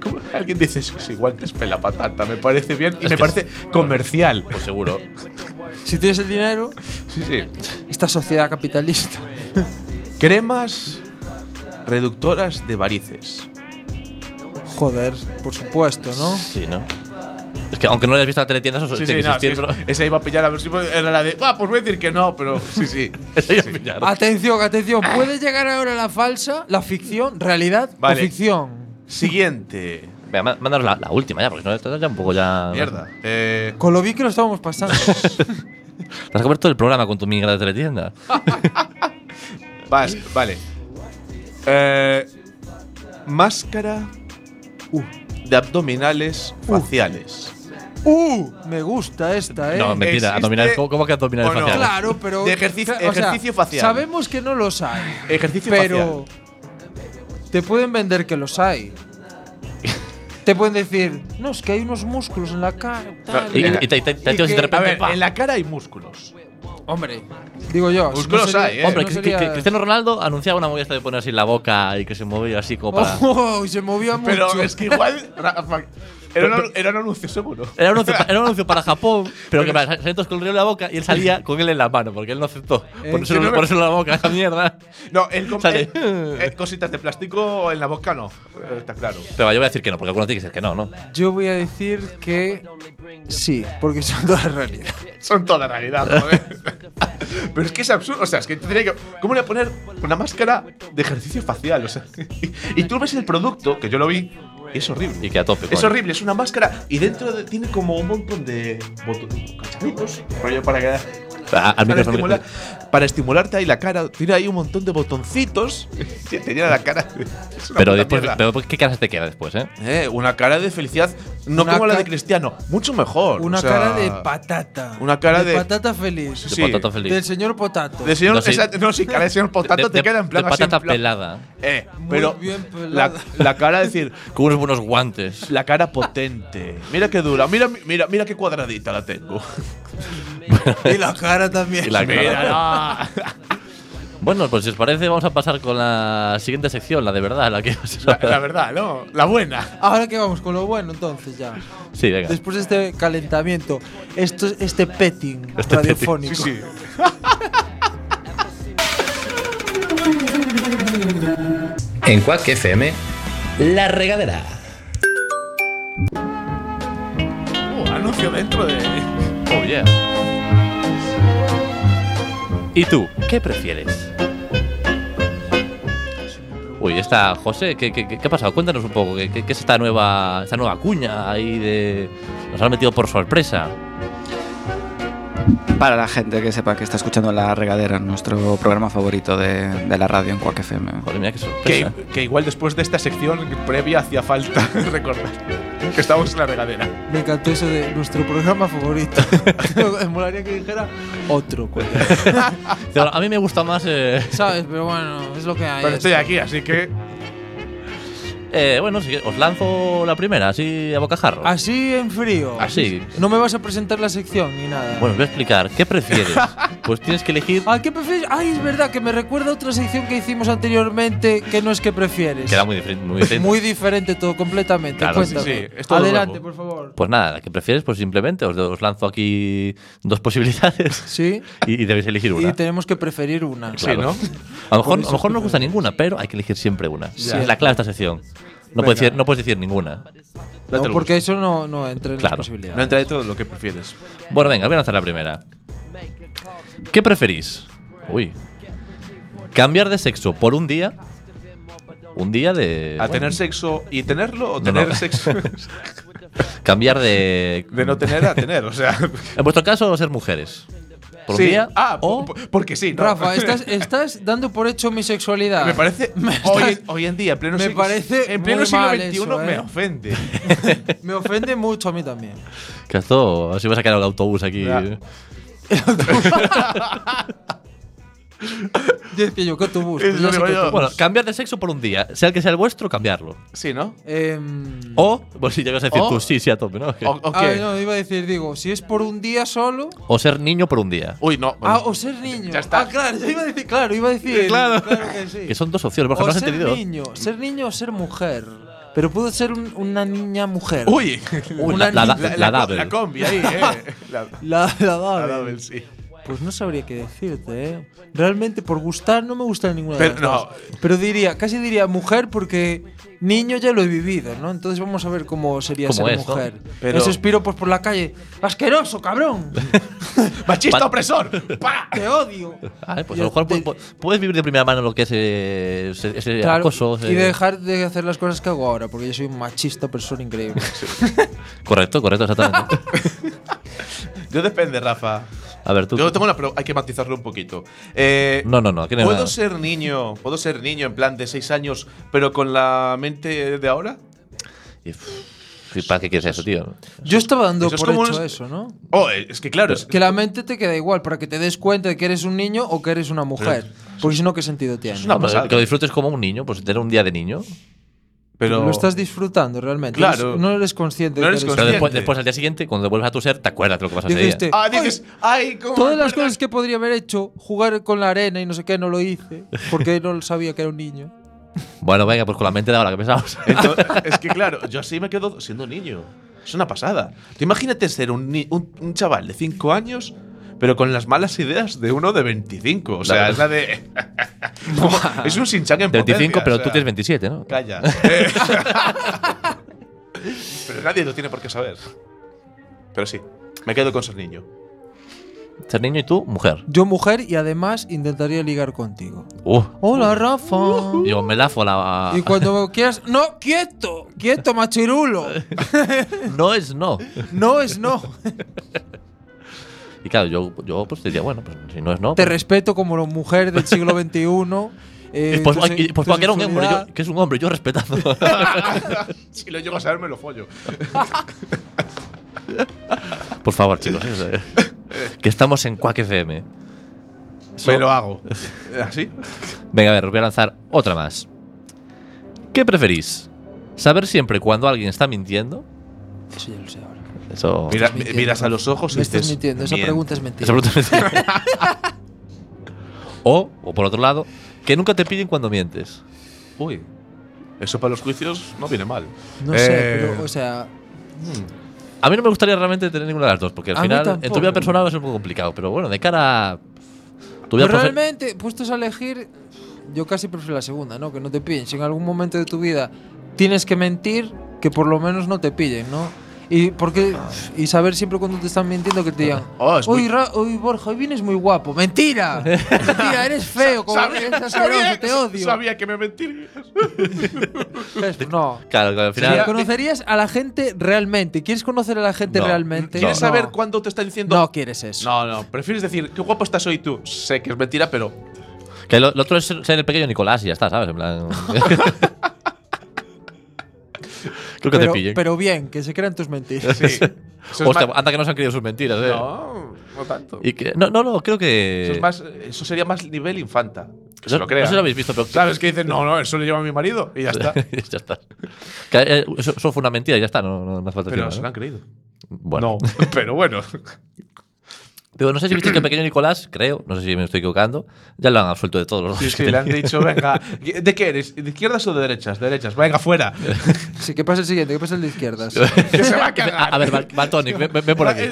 [SPEAKER 6] cómo alguien dice, eso es igual, es pela patata, me parece bien y
[SPEAKER 4] Es
[SPEAKER 6] me
[SPEAKER 4] que es-
[SPEAKER 6] parece comercial.
[SPEAKER 4] Pues seguro.
[SPEAKER 5] si tienes el dinero,
[SPEAKER 6] Sí, sí.
[SPEAKER 5] esta sociedad capitalista.
[SPEAKER 6] Cremas reductoras de varices.
[SPEAKER 5] Joder, por supuesto, ¿no?
[SPEAKER 4] Sí, ¿no? Es que aunque no hayas visto la teletienda, eso
[SPEAKER 6] Sí, sí,
[SPEAKER 4] tiene que
[SPEAKER 6] no,
[SPEAKER 4] existir,
[SPEAKER 6] sí,
[SPEAKER 4] pero.
[SPEAKER 6] Esa iba a pillar a ver si era la de. Ah, pues voy a decir que no, pero sí, sí. Ah.
[SPEAKER 4] Eso ya es pillar.
[SPEAKER 5] Atención, atención. Puede llegar ahora la falsa, la ficción, realidad
[SPEAKER 6] Vale.
[SPEAKER 5] o ficción.
[SPEAKER 6] Siguiente.
[SPEAKER 4] Venga, má- mándanos la, la última ya, porque si no, esto ya un poco ya.
[SPEAKER 6] Mierda. Eh,
[SPEAKER 5] Con lo bien que lo estábamos pasando.
[SPEAKER 4] Te has comido todo el programa con tu migra de teletienda.
[SPEAKER 6] vas, vale. Eh, máscara
[SPEAKER 5] Uh.
[SPEAKER 6] de abdominales faciales.
[SPEAKER 5] ¡Uh! Me gusta esta, ¿eh?
[SPEAKER 4] No, mentira.
[SPEAKER 6] Existe-
[SPEAKER 4] Abdominales. ¿Cómo, cómo que abdominales
[SPEAKER 6] o no.
[SPEAKER 4] faciales?
[SPEAKER 5] Claro, pero.
[SPEAKER 6] De ejercicio-
[SPEAKER 5] o sea,
[SPEAKER 6] ejercicio facial.
[SPEAKER 5] Sabemos que no los hay.
[SPEAKER 6] Ejercicio
[SPEAKER 5] pero. Te pueden vender que los hay. te pueden decir, no, es que hay unos músculos en la cara. tal,
[SPEAKER 4] Y,
[SPEAKER 6] Venga.
[SPEAKER 4] y te, y te- te tiras y de
[SPEAKER 5] que-
[SPEAKER 6] facial. A
[SPEAKER 4] repente.
[SPEAKER 6] ver,
[SPEAKER 4] ¡pa!
[SPEAKER 6] en la cara hay músculos.
[SPEAKER 5] Hombre, digo yo.
[SPEAKER 6] Músculos hay, ¿eh?
[SPEAKER 4] Hombre,
[SPEAKER 5] no
[SPEAKER 4] que- que-
[SPEAKER 5] sería-
[SPEAKER 4] que Cristiano Ronaldo anunciaba una movida esta de poner así la boca y que se movía así como para.
[SPEAKER 5] Ojo, Oh, se movía mucho.
[SPEAKER 6] Pero es que igual. Rafa, era, un, era un anuncio seguro.
[SPEAKER 4] Era un, anuncio, pa- era un anuncio para Japón, pero que para Santos con el río en la boca y él salía con él en la mano, porque él no aceptó
[SPEAKER 5] Eh,
[SPEAKER 4] ponérselo,
[SPEAKER 6] que no me-
[SPEAKER 4] ponérselo en la boca, esa mierda.
[SPEAKER 6] No, el, com-
[SPEAKER 4] Sale.
[SPEAKER 6] el- eh, cositas de plástico en la boca no. eh, Está claro.
[SPEAKER 4] Pero yo voy a decir que no, porque algunos tienen que decir que no, ¿no?
[SPEAKER 5] Yo voy a decir que sí, porque son todas realidad.
[SPEAKER 6] Son toda realidad, joder. Pero es que es absurdo. O sea, es que tendría que. ¿Cómo le voy a poner una máscara de ejercicio facial? O sea, y, tú ves el producto, que yo lo vi, y es horrible.
[SPEAKER 4] Y que a tope.
[SPEAKER 6] Es
[SPEAKER 4] coño.
[SPEAKER 6] horrible, es una máscara y dentro de- tiene como un montón de botones, cacharritos, rollo para que
[SPEAKER 4] Ah, al
[SPEAKER 6] para,
[SPEAKER 4] micrófono.
[SPEAKER 6] estimular- para estimularte ahí la cara. Tiene ahí un montón de botoncitos. que Tenía la cara. es una
[SPEAKER 4] Pero
[SPEAKER 6] puta
[SPEAKER 4] después,
[SPEAKER 6] mierda.
[SPEAKER 4] pero ¿qué caras te queda después, eh?
[SPEAKER 6] Eh, una cara de felicidad, no
[SPEAKER 5] Una
[SPEAKER 6] como la de
[SPEAKER 5] ca-
[SPEAKER 6] Cristiano, mucho mejor.
[SPEAKER 5] Una
[SPEAKER 6] o sea,
[SPEAKER 5] cara de patata.
[SPEAKER 6] una cara de-
[SPEAKER 5] patata feliz.
[SPEAKER 4] De
[SPEAKER 6] Sí.
[SPEAKER 4] patata feliz.
[SPEAKER 5] Del señor potato.
[SPEAKER 6] de señor,
[SPEAKER 4] No, sí.
[SPEAKER 6] esa- no, sí, cara de señor potato
[SPEAKER 4] De-
[SPEAKER 6] te
[SPEAKER 4] de-
[SPEAKER 6] queda en plan
[SPEAKER 4] de
[SPEAKER 6] así, en
[SPEAKER 4] patata
[SPEAKER 6] plan-
[SPEAKER 4] pelada.
[SPEAKER 6] Eh,
[SPEAKER 5] Muy
[SPEAKER 6] pero
[SPEAKER 5] bien
[SPEAKER 6] la,
[SPEAKER 5] pelada.
[SPEAKER 6] la cara decir,
[SPEAKER 4] Con unos buenos guantes.
[SPEAKER 6] la cara potente. Mira qué dura, mira, mira, mira qué cuadradita la tengo.
[SPEAKER 5] y la cara también.
[SPEAKER 4] Y la cara.
[SPEAKER 6] Mira,
[SPEAKER 4] Bueno, pues si os parece, vamos a pasar con la siguiente sección, la de verdad, la que.
[SPEAKER 6] la, la verdad, ¿no? La buena.
[SPEAKER 5] Ahora que vamos con lo bueno, entonces ya.
[SPEAKER 4] sí, venga.
[SPEAKER 5] Después de este calentamiento, esto, este petting
[SPEAKER 4] Este
[SPEAKER 5] radiofónico.
[SPEAKER 6] Sí,
[SPEAKER 2] En Quack FM, La Regadera.
[SPEAKER 6] Uh, anuncio dentro de.
[SPEAKER 4] Oh, yeah. ¿Y tú, qué prefieres? Uy, está José, ¿qué, qué, qué- qué ha pasado? Cuéntanos un poco, ¿qué, qué- qué es esta nueva, esta nueva cuña ahí de. Nos han metido por sorpresa.
[SPEAKER 7] Para la gente que sepa que está escuchando La Regadera, nuestro programa favorito de, de la radio en Quack FM.
[SPEAKER 4] Joder, mira qué sorpresa.
[SPEAKER 6] Que, que igual después de esta sección previa hacía falta recordar que estamos en la regadera.
[SPEAKER 5] Me encantó eso de nuestro programa favorito. Me molaría que dijera otro. cualquiera.
[SPEAKER 4] Dice, "Ahora, A mí me gusta más. eh,
[SPEAKER 5] ¿Sabes? Pero bueno, es lo que hay.
[SPEAKER 6] Pero estoy
[SPEAKER 5] esto.
[SPEAKER 6] aquí, así que
[SPEAKER 4] eh, bueno, sí, os lanzo la primera, así a bocajarro.
[SPEAKER 5] Así en frío.
[SPEAKER 6] Ah,
[SPEAKER 4] Así.
[SPEAKER 5] No me vas a presentar la sección ni nada.
[SPEAKER 4] Bueno, os voy a explicar. ¿Qué prefieres? pues tienes que elegir.
[SPEAKER 5] Ah, ¿qué prefieres? Ay, es verdad que me recuerda a otra sección que hicimos anteriormente que no es que prefieres.
[SPEAKER 4] Que era muy diferente. Muy diferente.
[SPEAKER 5] Muy diferente todo, completamente.
[SPEAKER 4] Claro, sí,
[SPEAKER 5] Cuéntame.
[SPEAKER 6] sí, es todo
[SPEAKER 5] Adelante,
[SPEAKER 6] nuevo.
[SPEAKER 5] por favor.
[SPEAKER 4] Pues nada, la que prefieres, pues simplemente os, os lanzo aquí dos
[SPEAKER 6] Pues,
[SPEAKER 4] posibilidades
[SPEAKER 5] Sí.
[SPEAKER 4] y, y debéis elegir una.
[SPEAKER 5] Y tenemos que preferir una.
[SPEAKER 6] sí, ¿no?
[SPEAKER 4] A lo mejor, a lo mejor no os gusta ninguna, pero hay que elegir siempre una.
[SPEAKER 5] Ya.
[SPEAKER 4] Es la clave de esta sección. No puedes, decir, no puedes decir ninguna.
[SPEAKER 5] No,
[SPEAKER 6] Date el
[SPEAKER 5] porque eso no, no entra en
[SPEAKER 4] Claro.
[SPEAKER 5] las posibilidades.
[SPEAKER 6] No entra dentro de lo que prefieres.
[SPEAKER 4] Bueno, venga, voy a lanzar la primera. ¿Qué preferís? Uy. ¿Cambiar de sexo por un día? Un día de.
[SPEAKER 6] ¿A
[SPEAKER 4] bueno,
[SPEAKER 6] tener sexo y tenerlo o
[SPEAKER 4] No,
[SPEAKER 6] tener
[SPEAKER 4] no.
[SPEAKER 6] sexo
[SPEAKER 4] Cambiar de.
[SPEAKER 6] de no tener a tener? O sea,
[SPEAKER 4] En vuestro caso, ser mujeres. Por
[SPEAKER 6] sí.
[SPEAKER 4] un día.
[SPEAKER 6] Ah,
[SPEAKER 4] o.
[SPEAKER 6] po- porque sí, ¿no?
[SPEAKER 5] Rafa, estás, estás dando por hecho mi sexualidad.
[SPEAKER 6] Me parece. hoy, hoy en día, en pleno,
[SPEAKER 5] me
[SPEAKER 6] sig-
[SPEAKER 5] parece
[SPEAKER 6] en pleno
[SPEAKER 5] muy
[SPEAKER 6] siglo
[SPEAKER 5] mal
[SPEAKER 6] XXI,
[SPEAKER 5] eso, ¿eh?
[SPEAKER 6] me ofende.
[SPEAKER 5] Me ofende mucho a mí también.
[SPEAKER 4] Que esto. Así vas a quedar el autobús aquí.
[SPEAKER 6] Ya.
[SPEAKER 5] Y es que yo que tu bus.
[SPEAKER 6] Es
[SPEAKER 5] pues
[SPEAKER 6] lo
[SPEAKER 5] ya sé
[SPEAKER 6] que
[SPEAKER 5] que
[SPEAKER 6] yo-
[SPEAKER 5] tú
[SPEAKER 4] Bueno,
[SPEAKER 5] bus.
[SPEAKER 4] cambiar de sexo por un día. Sea el que sea el vuestro, cambiarlo.
[SPEAKER 6] Sí, ¿no?
[SPEAKER 5] Em,
[SPEAKER 4] O. Pues si llegas a decir
[SPEAKER 6] O-
[SPEAKER 4] tú sí, sí, a tope, ¿no?
[SPEAKER 6] O, o
[SPEAKER 5] ah,
[SPEAKER 6] qué?
[SPEAKER 5] no, iba a decir, digo, si es por un día solo.
[SPEAKER 4] O ser niño por un día.
[SPEAKER 6] Uy, no.
[SPEAKER 5] Ah,
[SPEAKER 6] bueno.
[SPEAKER 5] o ser niño.
[SPEAKER 6] Ya está.
[SPEAKER 5] Ah, claro, yo iba a decir, claro, iba a decir.
[SPEAKER 4] Claro.
[SPEAKER 5] que sí.
[SPEAKER 4] Que son dos opciones, Borja,
[SPEAKER 5] o
[SPEAKER 4] no has
[SPEAKER 5] ser
[SPEAKER 4] entendido.
[SPEAKER 5] niño, ser niño o ser mujer. Pero puedo ser un- una niña mujer.
[SPEAKER 6] Uy,
[SPEAKER 4] Uy,
[SPEAKER 5] Una
[SPEAKER 4] la, la-
[SPEAKER 5] niña-
[SPEAKER 4] la
[SPEAKER 6] co-
[SPEAKER 4] double.
[SPEAKER 6] la combi ahí, eh. La,
[SPEAKER 5] La, la
[SPEAKER 6] la
[SPEAKER 5] daba.
[SPEAKER 6] double, sí.
[SPEAKER 5] Pues no sabría qué decirte, ¿eh? Realmente, por gustar, no me gusta ninguna
[SPEAKER 6] Pero
[SPEAKER 5] de las
[SPEAKER 6] no.
[SPEAKER 5] dos. Pero diría, casi diría mujer porque niño ya lo he vivido, ¿no? Entonces vamos a ver cómo sería
[SPEAKER 4] ¿Cómo
[SPEAKER 5] ser
[SPEAKER 4] es, no?
[SPEAKER 5] mujer.
[SPEAKER 6] Pero-
[SPEAKER 5] Esos piropos por la calle. ¡Asqueroso, cabrón!
[SPEAKER 6] ¡Machista
[SPEAKER 4] Pa-
[SPEAKER 6] opresor! ¡Para!
[SPEAKER 5] ¡Te odio!
[SPEAKER 4] Ah, pues a lo
[SPEAKER 5] Yo
[SPEAKER 4] mejor
[SPEAKER 5] te-
[SPEAKER 4] pu- pu- puedes vivir de primera mano lo que es eh, ese, ese
[SPEAKER 5] Claro,
[SPEAKER 4] acoso.
[SPEAKER 5] y
[SPEAKER 4] ese-
[SPEAKER 5] dejar de hacer las cosas que hago ahora, porque yo soy un machista, persona increíble.
[SPEAKER 4] Correcto, correcto, exactamente.
[SPEAKER 6] Yo depende, Rafa.
[SPEAKER 4] A ver, tú.
[SPEAKER 6] Yo tengo una pero hay que matizarlo un poquito. Eh,
[SPEAKER 4] No, no, no, aquí no hay
[SPEAKER 6] ¿Puedo
[SPEAKER 4] nada.
[SPEAKER 6] ser niño? ¿Puedo ser niño en plan de 6 años, pero con la mente de ahora?
[SPEAKER 4] Y, pff, ¿y ¿Para qué quieres eso, tío?
[SPEAKER 5] Yo estaba dando
[SPEAKER 6] Eso es
[SPEAKER 5] por
[SPEAKER 6] como
[SPEAKER 5] hecho
[SPEAKER 6] un-
[SPEAKER 5] eso, ¿no?
[SPEAKER 6] Oh, eh, es que claro, es-
[SPEAKER 5] Que la mente te queda igual, para que te des cuenta de que eres un niño o que eres una mujer. Porque si no, pues, eh, ¿qué sentido tiene?
[SPEAKER 6] una
[SPEAKER 4] Hombre,
[SPEAKER 6] pasada.
[SPEAKER 4] que lo disfrutes como un niño, pues tener un día de niño.
[SPEAKER 6] pero
[SPEAKER 5] Lo estás disfrutando realmente.
[SPEAKER 6] Claro.
[SPEAKER 5] Eres- No eres consciente
[SPEAKER 6] No
[SPEAKER 5] de
[SPEAKER 6] eres
[SPEAKER 5] que
[SPEAKER 4] Pero
[SPEAKER 6] Consciente.
[SPEAKER 4] después, después, al día siguiente, cuando vuelves a tu ser, te acuerdas de lo que pasó ese día.
[SPEAKER 5] Dijiste,
[SPEAKER 6] Ah, dices, ay, cómo
[SPEAKER 5] todas las
[SPEAKER 6] recuerdas".
[SPEAKER 5] cosas que podría haber hecho, jugar con la arena y no sé qué, no lo hice. Porque no sabía que era un niño.
[SPEAKER 4] Bueno, venga, pues con la mente de ahora que pensamos.
[SPEAKER 6] Entonces, es que claro, yo así me quedo siendo niño. Es una pasada. Tú imagínate ser un, ni- un, un chaval de 5 años, pero con las malas ideas de uno de 25. O sea,
[SPEAKER 4] Claro.
[SPEAKER 6] es la de. Como- es un sinchan en
[SPEAKER 4] 25,
[SPEAKER 6] potencia,
[SPEAKER 4] pero
[SPEAKER 6] o
[SPEAKER 4] tú
[SPEAKER 6] sea,
[SPEAKER 4] tienes 27, ¿no?
[SPEAKER 6] Calla. Eh. pero nadie lo tiene por qué saber. Pero sí, me quedo con ser niño.
[SPEAKER 4] Ser niño y tú, mujer.
[SPEAKER 5] Yo, mujer, y además intentaría ligar contigo.
[SPEAKER 4] Uh.
[SPEAKER 5] Hola, Rafa.
[SPEAKER 4] Digo, me lafo a la.
[SPEAKER 5] Y cuando quieras. ¡No, quieto! ¡Quieto, machirulo!
[SPEAKER 4] No es no.
[SPEAKER 5] No es no.
[SPEAKER 4] Y claro, yo, yo pues diría, bueno, pues si no es no.
[SPEAKER 5] Te
[SPEAKER 4] pues-
[SPEAKER 5] respeto como mujer del siglo XXI.
[SPEAKER 4] Y
[SPEAKER 5] eh,
[SPEAKER 4] pues,
[SPEAKER 5] tu
[SPEAKER 4] ay,
[SPEAKER 5] se-
[SPEAKER 4] y pues
[SPEAKER 5] tu
[SPEAKER 4] porque era un hombre,
[SPEAKER 5] sexualidad.
[SPEAKER 4] yo- que es un hombre, yo respetando.
[SPEAKER 6] si lo llego a saber, me lo follo.
[SPEAKER 4] Por favor, chicos. eh, que estamos en Quack FM.
[SPEAKER 6] Me lo hago. ¿Ah, ¿Así?
[SPEAKER 4] Venga, a ver, os voy a lanzar otra más. ¿Qué preferís? ¿Saber siempre cuando alguien está mintiendo?
[SPEAKER 5] Eso ya lo sé ahora.
[SPEAKER 4] Eso.
[SPEAKER 6] Mira-
[SPEAKER 5] Estás mintiendo,
[SPEAKER 6] miras a
[SPEAKER 5] Rafa.
[SPEAKER 6] los ojos y
[SPEAKER 5] Me estás
[SPEAKER 6] dices,
[SPEAKER 5] mintiendo. Esa
[SPEAKER 6] "Mien".
[SPEAKER 5] pregunta es mentira.
[SPEAKER 4] eso absolutamente. o, o por otro lado, que nunca te piden cuando mientes.
[SPEAKER 6] Uy. Eso para los juicios no viene mal.
[SPEAKER 5] No sé,
[SPEAKER 6] Eh,
[SPEAKER 5] pero, o sea,
[SPEAKER 4] A mí no me gustaría realmente tener ninguna de las dos, porque al
[SPEAKER 5] A mí
[SPEAKER 4] final en tu vida
[SPEAKER 5] tampoco.
[SPEAKER 4] personal es un poco complicado. Pero bueno, de cara a. Tu vida
[SPEAKER 5] Pero
[SPEAKER 4] profe-
[SPEAKER 5] realmente, puestos a elegir, yo casi prefiero la segunda, ¿no? Que no te pillen. Si en algún momento de tu vida tienes que mentir, que por lo menos no te pillen, ¿no? Y, porque, y saber siempre cuando te están mintiendo que te digan,
[SPEAKER 6] Oh, es muy-
[SPEAKER 5] hoy, Ra- hoy, Borja, hoy vienes muy guapo. ¡Mentira! ¡Mentira, eres feo! Como eres asqueroso, te odio.
[SPEAKER 6] sabía que me mentirías.
[SPEAKER 5] Es- No.
[SPEAKER 4] Claro, que al final.
[SPEAKER 5] Sería- ¿Conocerías a la gente realmente? ¿Quieres conocer a la gente
[SPEAKER 4] No.
[SPEAKER 5] realmente?
[SPEAKER 6] ¿Quieres
[SPEAKER 5] No.
[SPEAKER 6] saber cuándo te está diciendo?
[SPEAKER 5] No quieres eso.
[SPEAKER 6] No, no, prefieres decir, qué guapo estás hoy tú. Sé que es mentira, pero.
[SPEAKER 4] Que lo, lo otro es ser el pequeño Nicolás y ya está, ¿sabes? En plan. Creo que te
[SPEAKER 5] pero,
[SPEAKER 4] pillen.
[SPEAKER 5] pero bien, que se crean tus mentiras.
[SPEAKER 6] Sí. Eso es
[SPEAKER 4] Hostia,
[SPEAKER 6] más-
[SPEAKER 4] anda que no se han creído sus mentiras, ¿eh?
[SPEAKER 6] No, no tanto.
[SPEAKER 4] Y que- no, no, no, creo que.
[SPEAKER 6] Eso, es más, eso sería más nivel infanta. Que
[SPEAKER 4] no,
[SPEAKER 6] se lo crea.
[SPEAKER 4] no sé si lo Pues habéis visto, pero.
[SPEAKER 6] ¿Sabes que dices? No, no, eso le lleva a mi marido y ya está.
[SPEAKER 4] ya está. Que, eh, eso, eso fue una mentira y ya está, no, no, no hace falta decir
[SPEAKER 6] Pero
[SPEAKER 4] nada,
[SPEAKER 6] se lo
[SPEAKER 4] ¿no?
[SPEAKER 6] han creído.
[SPEAKER 4] Bueno.
[SPEAKER 6] No, pero bueno.
[SPEAKER 4] Pero no sé si visteis que el pequeño Nicolás, creo, no sé si me estoy equivocando, ya lo han absuelto de todos los
[SPEAKER 6] Sí,
[SPEAKER 4] delitos
[SPEAKER 6] sí,
[SPEAKER 4] que
[SPEAKER 6] le han
[SPEAKER 4] tenía.
[SPEAKER 6] dicho, venga. ¿De qué eres? ¿De izquierdas o de derechas? De derechas, venga, fuera.
[SPEAKER 5] Sí, ¿qué pasa el siguiente? ¿Qué pasa el de izquierdas?
[SPEAKER 6] Que se va a
[SPEAKER 4] A,
[SPEAKER 6] cagar.
[SPEAKER 4] a ver, Baltonic, ven, ven- ven por aquí.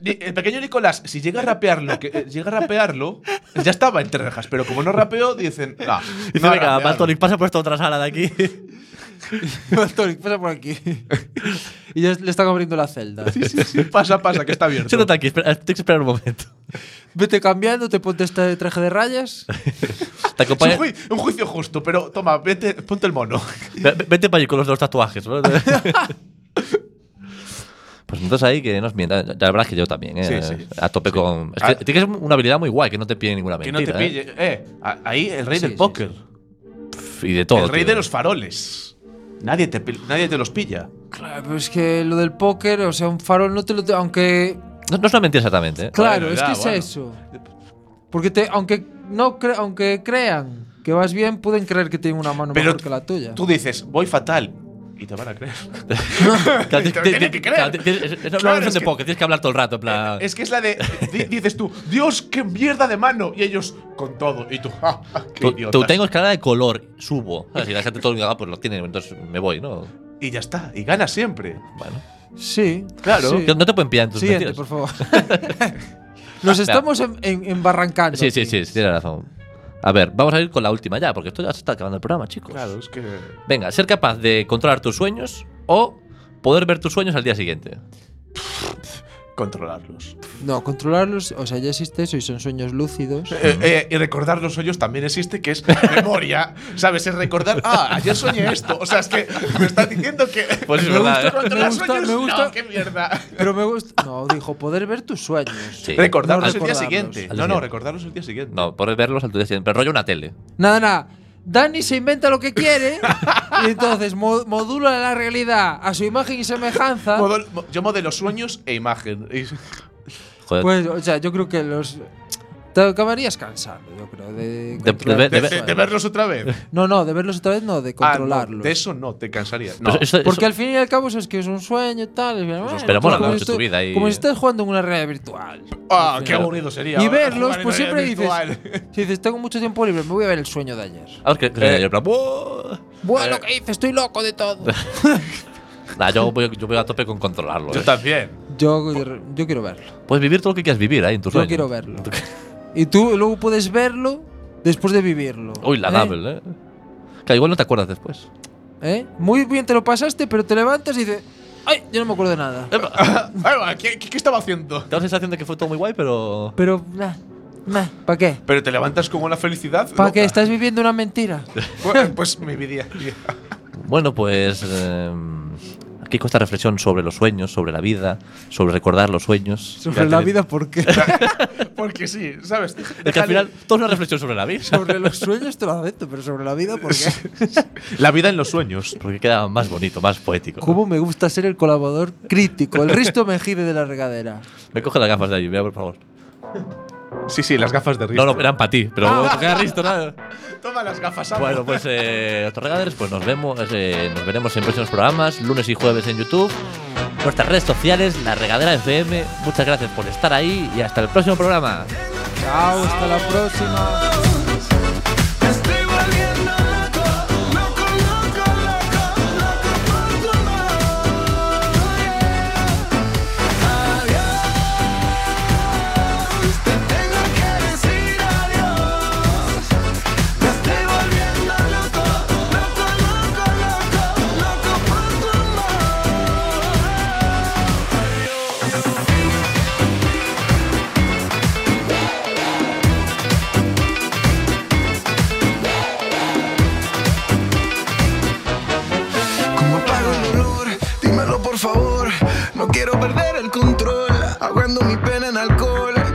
[SPEAKER 6] Ni- El pequeño Nicolás, si llega a rapearlo, que, eh, llega a rapearlo, ya estaba entre rejas, pero como no rapeó, dicen, ah,
[SPEAKER 4] Dice, venga, Baltonic, pasa por esta otra sala de aquí.
[SPEAKER 5] Tonic, pasa por aquí. y ya le están abriendo la celda.
[SPEAKER 6] Pasa, pasa, que está abierto.
[SPEAKER 4] Siéntate aquí, espera, tienes que esperar un momento.
[SPEAKER 5] Vete cambiando, te ponte este traje de rayas.
[SPEAKER 4] Te
[SPEAKER 6] Es un,
[SPEAKER 4] acompaña,
[SPEAKER 6] ju- un juicio justo, pero toma, vete, ponte el mono.
[SPEAKER 4] Ve- Vete para allí con los dos tatuajes. ¿no? Pues entonces ahí que nos mientan. La verdad es que yo también, ¿eh?
[SPEAKER 6] Sí, sí.
[SPEAKER 4] A tope con. Es que
[SPEAKER 6] Ah.
[SPEAKER 4] tienes una habilidad muy guay que no te pide ninguna
[SPEAKER 6] Que
[SPEAKER 4] mentira.
[SPEAKER 6] no te
[SPEAKER 4] ¿eh?
[SPEAKER 6] pille. Eh, a- ahí el rey
[SPEAKER 5] Sí,
[SPEAKER 6] del
[SPEAKER 5] sí,
[SPEAKER 6] póker.
[SPEAKER 4] Pf, Y de todo.
[SPEAKER 6] el rey
[SPEAKER 4] tío.
[SPEAKER 6] de los faroles. Nadie te, pil- nadie te los pilla.
[SPEAKER 5] Claro, pero es que lo del póker, o sea, un farol no te lo. te- aunque.
[SPEAKER 4] No, no es una mentira exactamente. ¿eh?
[SPEAKER 5] Claro,
[SPEAKER 6] Bueno,
[SPEAKER 5] es
[SPEAKER 6] ya,
[SPEAKER 5] que
[SPEAKER 6] bueno.
[SPEAKER 5] es eso. Porque te, aunque no cre- aunque crean que vas bien, pueden creer que tienen una mano
[SPEAKER 6] Pero
[SPEAKER 5] mejor que la tuya.
[SPEAKER 6] Tú dices, voy fatal. Y te van a creer.
[SPEAKER 4] Claro,
[SPEAKER 6] Te lo
[SPEAKER 4] ti-
[SPEAKER 6] tienen
[SPEAKER 4] ti-
[SPEAKER 6] que creer.
[SPEAKER 4] claro, ti- ti- es- es- No
[SPEAKER 6] Claro,
[SPEAKER 4] no es
[SPEAKER 6] es
[SPEAKER 4] de
[SPEAKER 6] que-
[SPEAKER 4] poker, tienes que hablar todo el rato. En plan.
[SPEAKER 6] Es que es la de. di- dices tú, Dios, qué mierda de mano. Y ellos, con todo. Y tú, "Ja, ja, qué
[SPEAKER 4] Tú, tú
[SPEAKER 6] idiotas".
[SPEAKER 4] tengo escala de color, subo. ¿sabes? Y la gente todo ah, pues lo tiene, entonces me voy, ¿no?
[SPEAKER 6] Y ya está. Y gana siempre.
[SPEAKER 4] Bueno.
[SPEAKER 5] Sí.
[SPEAKER 6] Claro.
[SPEAKER 5] sí.
[SPEAKER 4] Que No te pueden pillar en tus
[SPEAKER 5] Siguiente,
[SPEAKER 4] mentiras.
[SPEAKER 5] por favor. Nos estamos en, en- embarrancando.
[SPEAKER 4] Sí, sí,
[SPEAKER 5] aquí.
[SPEAKER 4] sí, sí, tienes razón. A ver, vamos a ir con la última ya, porque esto ya se está acabando el programa, chicos.
[SPEAKER 6] Claro, es que.
[SPEAKER 4] Venga, ser capaz de controlar tus sueños o poder ver tus sueños al día siguiente.
[SPEAKER 6] Controlarlos.
[SPEAKER 5] No, controlarlos, o sea, ya existe eso y son sueños lúcidos.
[SPEAKER 6] Eh, eh, y recordar los sueños también existe, que es memoria. ¿Sabes? Es recordar, ah, ayer soñé esto. O sea, es que me estás diciendo que.
[SPEAKER 4] Pues es
[SPEAKER 6] me
[SPEAKER 4] verdad,
[SPEAKER 6] gusta
[SPEAKER 4] ¿eh?
[SPEAKER 6] controlar
[SPEAKER 5] Me gusta,
[SPEAKER 6] sueños.
[SPEAKER 5] me gusta.
[SPEAKER 6] No, qué mierda.
[SPEAKER 5] Pero me gusta. No, dijo, poder ver tus sueños.
[SPEAKER 4] Sí.
[SPEAKER 6] Recordarlos
[SPEAKER 5] No
[SPEAKER 6] el día
[SPEAKER 5] recordarlos.
[SPEAKER 6] siguiente.
[SPEAKER 4] Eh, Al
[SPEAKER 6] No, no,
[SPEAKER 4] siguiente.
[SPEAKER 6] recordarlos el día siguiente.
[SPEAKER 4] No, poder verlos al día siguiente. Pero rollo una tele.
[SPEAKER 5] Nada, nada. Dani se inventa lo que quiere y entonces mo- modula la realidad a su imagen y semejanza.
[SPEAKER 6] Model- mo- yo modelo sueños e imagen. Y-
[SPEAKER 4] Joder.
[SPEAKER 5] Pues, o sea, yo creo que los. Te acabarías cansando, yo creo. De, controlar
[SPEAKER 4] ver- de
[SPEAKER 5] tus
[SPEAKER 6] De, de
[SPEAKER 5] sueños.
[SPEAKER 6] verlos otra vez.
[SPEAKER 5] No, no, de verlos otra vez no, de
[SPEAKER 6] Ah, no,
[SPEAKER 5] controlarlos.
[SPEAKER 6] de eso no, te cansaría. No.
[SPEAKER 4] Pero eso- eso-
[SPEAKER 5] Porque al fin y al cabo eso es que es un sueño y tal. y bueno,
[SPEAKER 4] Pero mola
[SPEAKER 5] como
[SPEAKER 4] mucho
[SPEAKER 5] esto-
[SPEAKER 4] tu vida y-
[SPEAKER 5] Como si estás jugando en una realidad virtual.
[SPEAKER 6] Ah, qué aburrido sería.
[SPEAKER 5] Y
[SPEAKER 6] jugar
[SPEAKER 5] verlos,
[SPEAKER 6] en
[SPEAKER 5] pues siempre
[SPEAKER 6] realidad
[SPEAKER 5] dices,
[SPEAKER 6] virtual.
[SPEAKER 5] si dices, tengo mucho tiempo libre, me voy a ver el sueño de ayer.
[SPEAKER 4] Ah, es que- que- en plan, ¡buah!
[SPEAKER 5] Bueno, ¿qué hice? Estoy loco de todo.
[SPEAKER 4] Nah, yo, voy, yo voy a tope con controlarlo.
[SPEAKER 6] Yo
[SPEAKER 4] eh.
[SPEAKER 6] también.
[SPEAKER 5] yo, yo quiero verlo.
[SPEAKER 4] Puedes vivir todo lo que quieras vivir ahí en tus
[SPEAKER 5] Yo
[SPEAKER 4] sueños.
[SPEAKER 5] quiero verlo. Y tú luego puedes verlo después de vivirlo.
[SPEAKER 4] Uy, la
[SPEAKER 5] ¿eh?
[SPEAKER 4] double, ¿eh? Que igual no te acuerdas después.
[SPEAKER 5] ¿Eh? Muy bien te lo pasaste, pero te levantas y dices, ay, yo no me acuerdo de nada.
[SPEAKER 6] Ay, va, ¿Qué, qué- qué estaba haciendo?
[SPEAKER 4] Tengo la sensación de que fue todo muy guay, pero.
[SPEAKER 5] Pero, nah, nah, ¿para qué?
[SPEAKER 6] Pero te levantas con una felicidad.
[SPEAKER 5] ¿Para
[SPEAKER 6] loca.
[SPEAKER 5] qué? Estás viviendo una mentira.
[SPEAKER 6] Pues, pues mi vida.
[SPEAKER 4] Bueno, pues. eh, aquí con esta reflexión sobre los sueños, sobre la vida, sobre recordar los sueños.
[SPEAKER 5] Sobre la vida, ¿por qué?
[SPEAKER 6] Porque sí, ¿sabes?
[SPEAKER 4] Es que al final, todo es una reflexión sobre la vida.
[SPEAKER 5] sobre los sueños te lo acepto, pero sobre la vida, ¿por qué?
[SPEAKER 6] La vida en los sueños.
[SPEAKER 4] Porque queda más bonito, más poético.
[SPEAKER 5] ¿Cómo me gusta ser el colaborador crítico, el Risto Mejide de la regadera?
[SPEAKER 4] Me coge las gafas de allí, mira, por favor.
[SPEAKER 6] Sí, sí, las gafas de risa.
[SPEAKER 4] No, no, eran para ti, pero porque has visto nada.
[SPEAKER 6] Toma las gafas, amo.
[SPEAKER 4] Bueno, pues eh, otros regadores, pues nos vemos, eh, nos veremos en próximos programas, lunes y jueves en YouTube, nuestras redes sociales, la regadera FM. Muchas gracias por estar ahí y hasta el próximo programa.
[SPEAKER 5] Chao, hasta la próxima.
[SPEAKER 3] Me estoy volviendo loco, loco, loco, loco, loco por tu Adiós, te tengo que decir adiós. Me estoy volviendo loco, loco, loco, loco, loco por tu amor.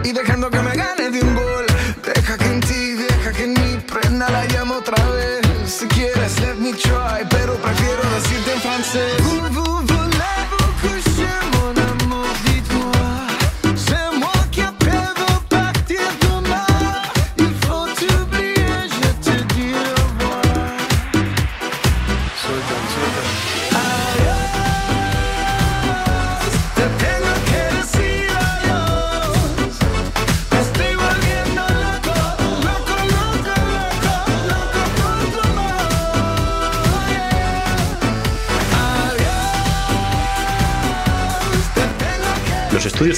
[SPEAKER 8] esperando que me gane de un gol. Deja que en ti, deja que en mí prenda la llama otra vez. Si quieres, let me try, pero prefiero decirte en francés. Voulez-vous que je mon amour, dis-toi. C'est moi qui apprends partir demain. Il faut t'oublier, je te dis au revoir. Te tengo que decir adiós. Me estoy volviendo loco, loco, loco, loco, loco por tu amor. Adiós. Te tengo que
[SPEAKER 2] Los estudios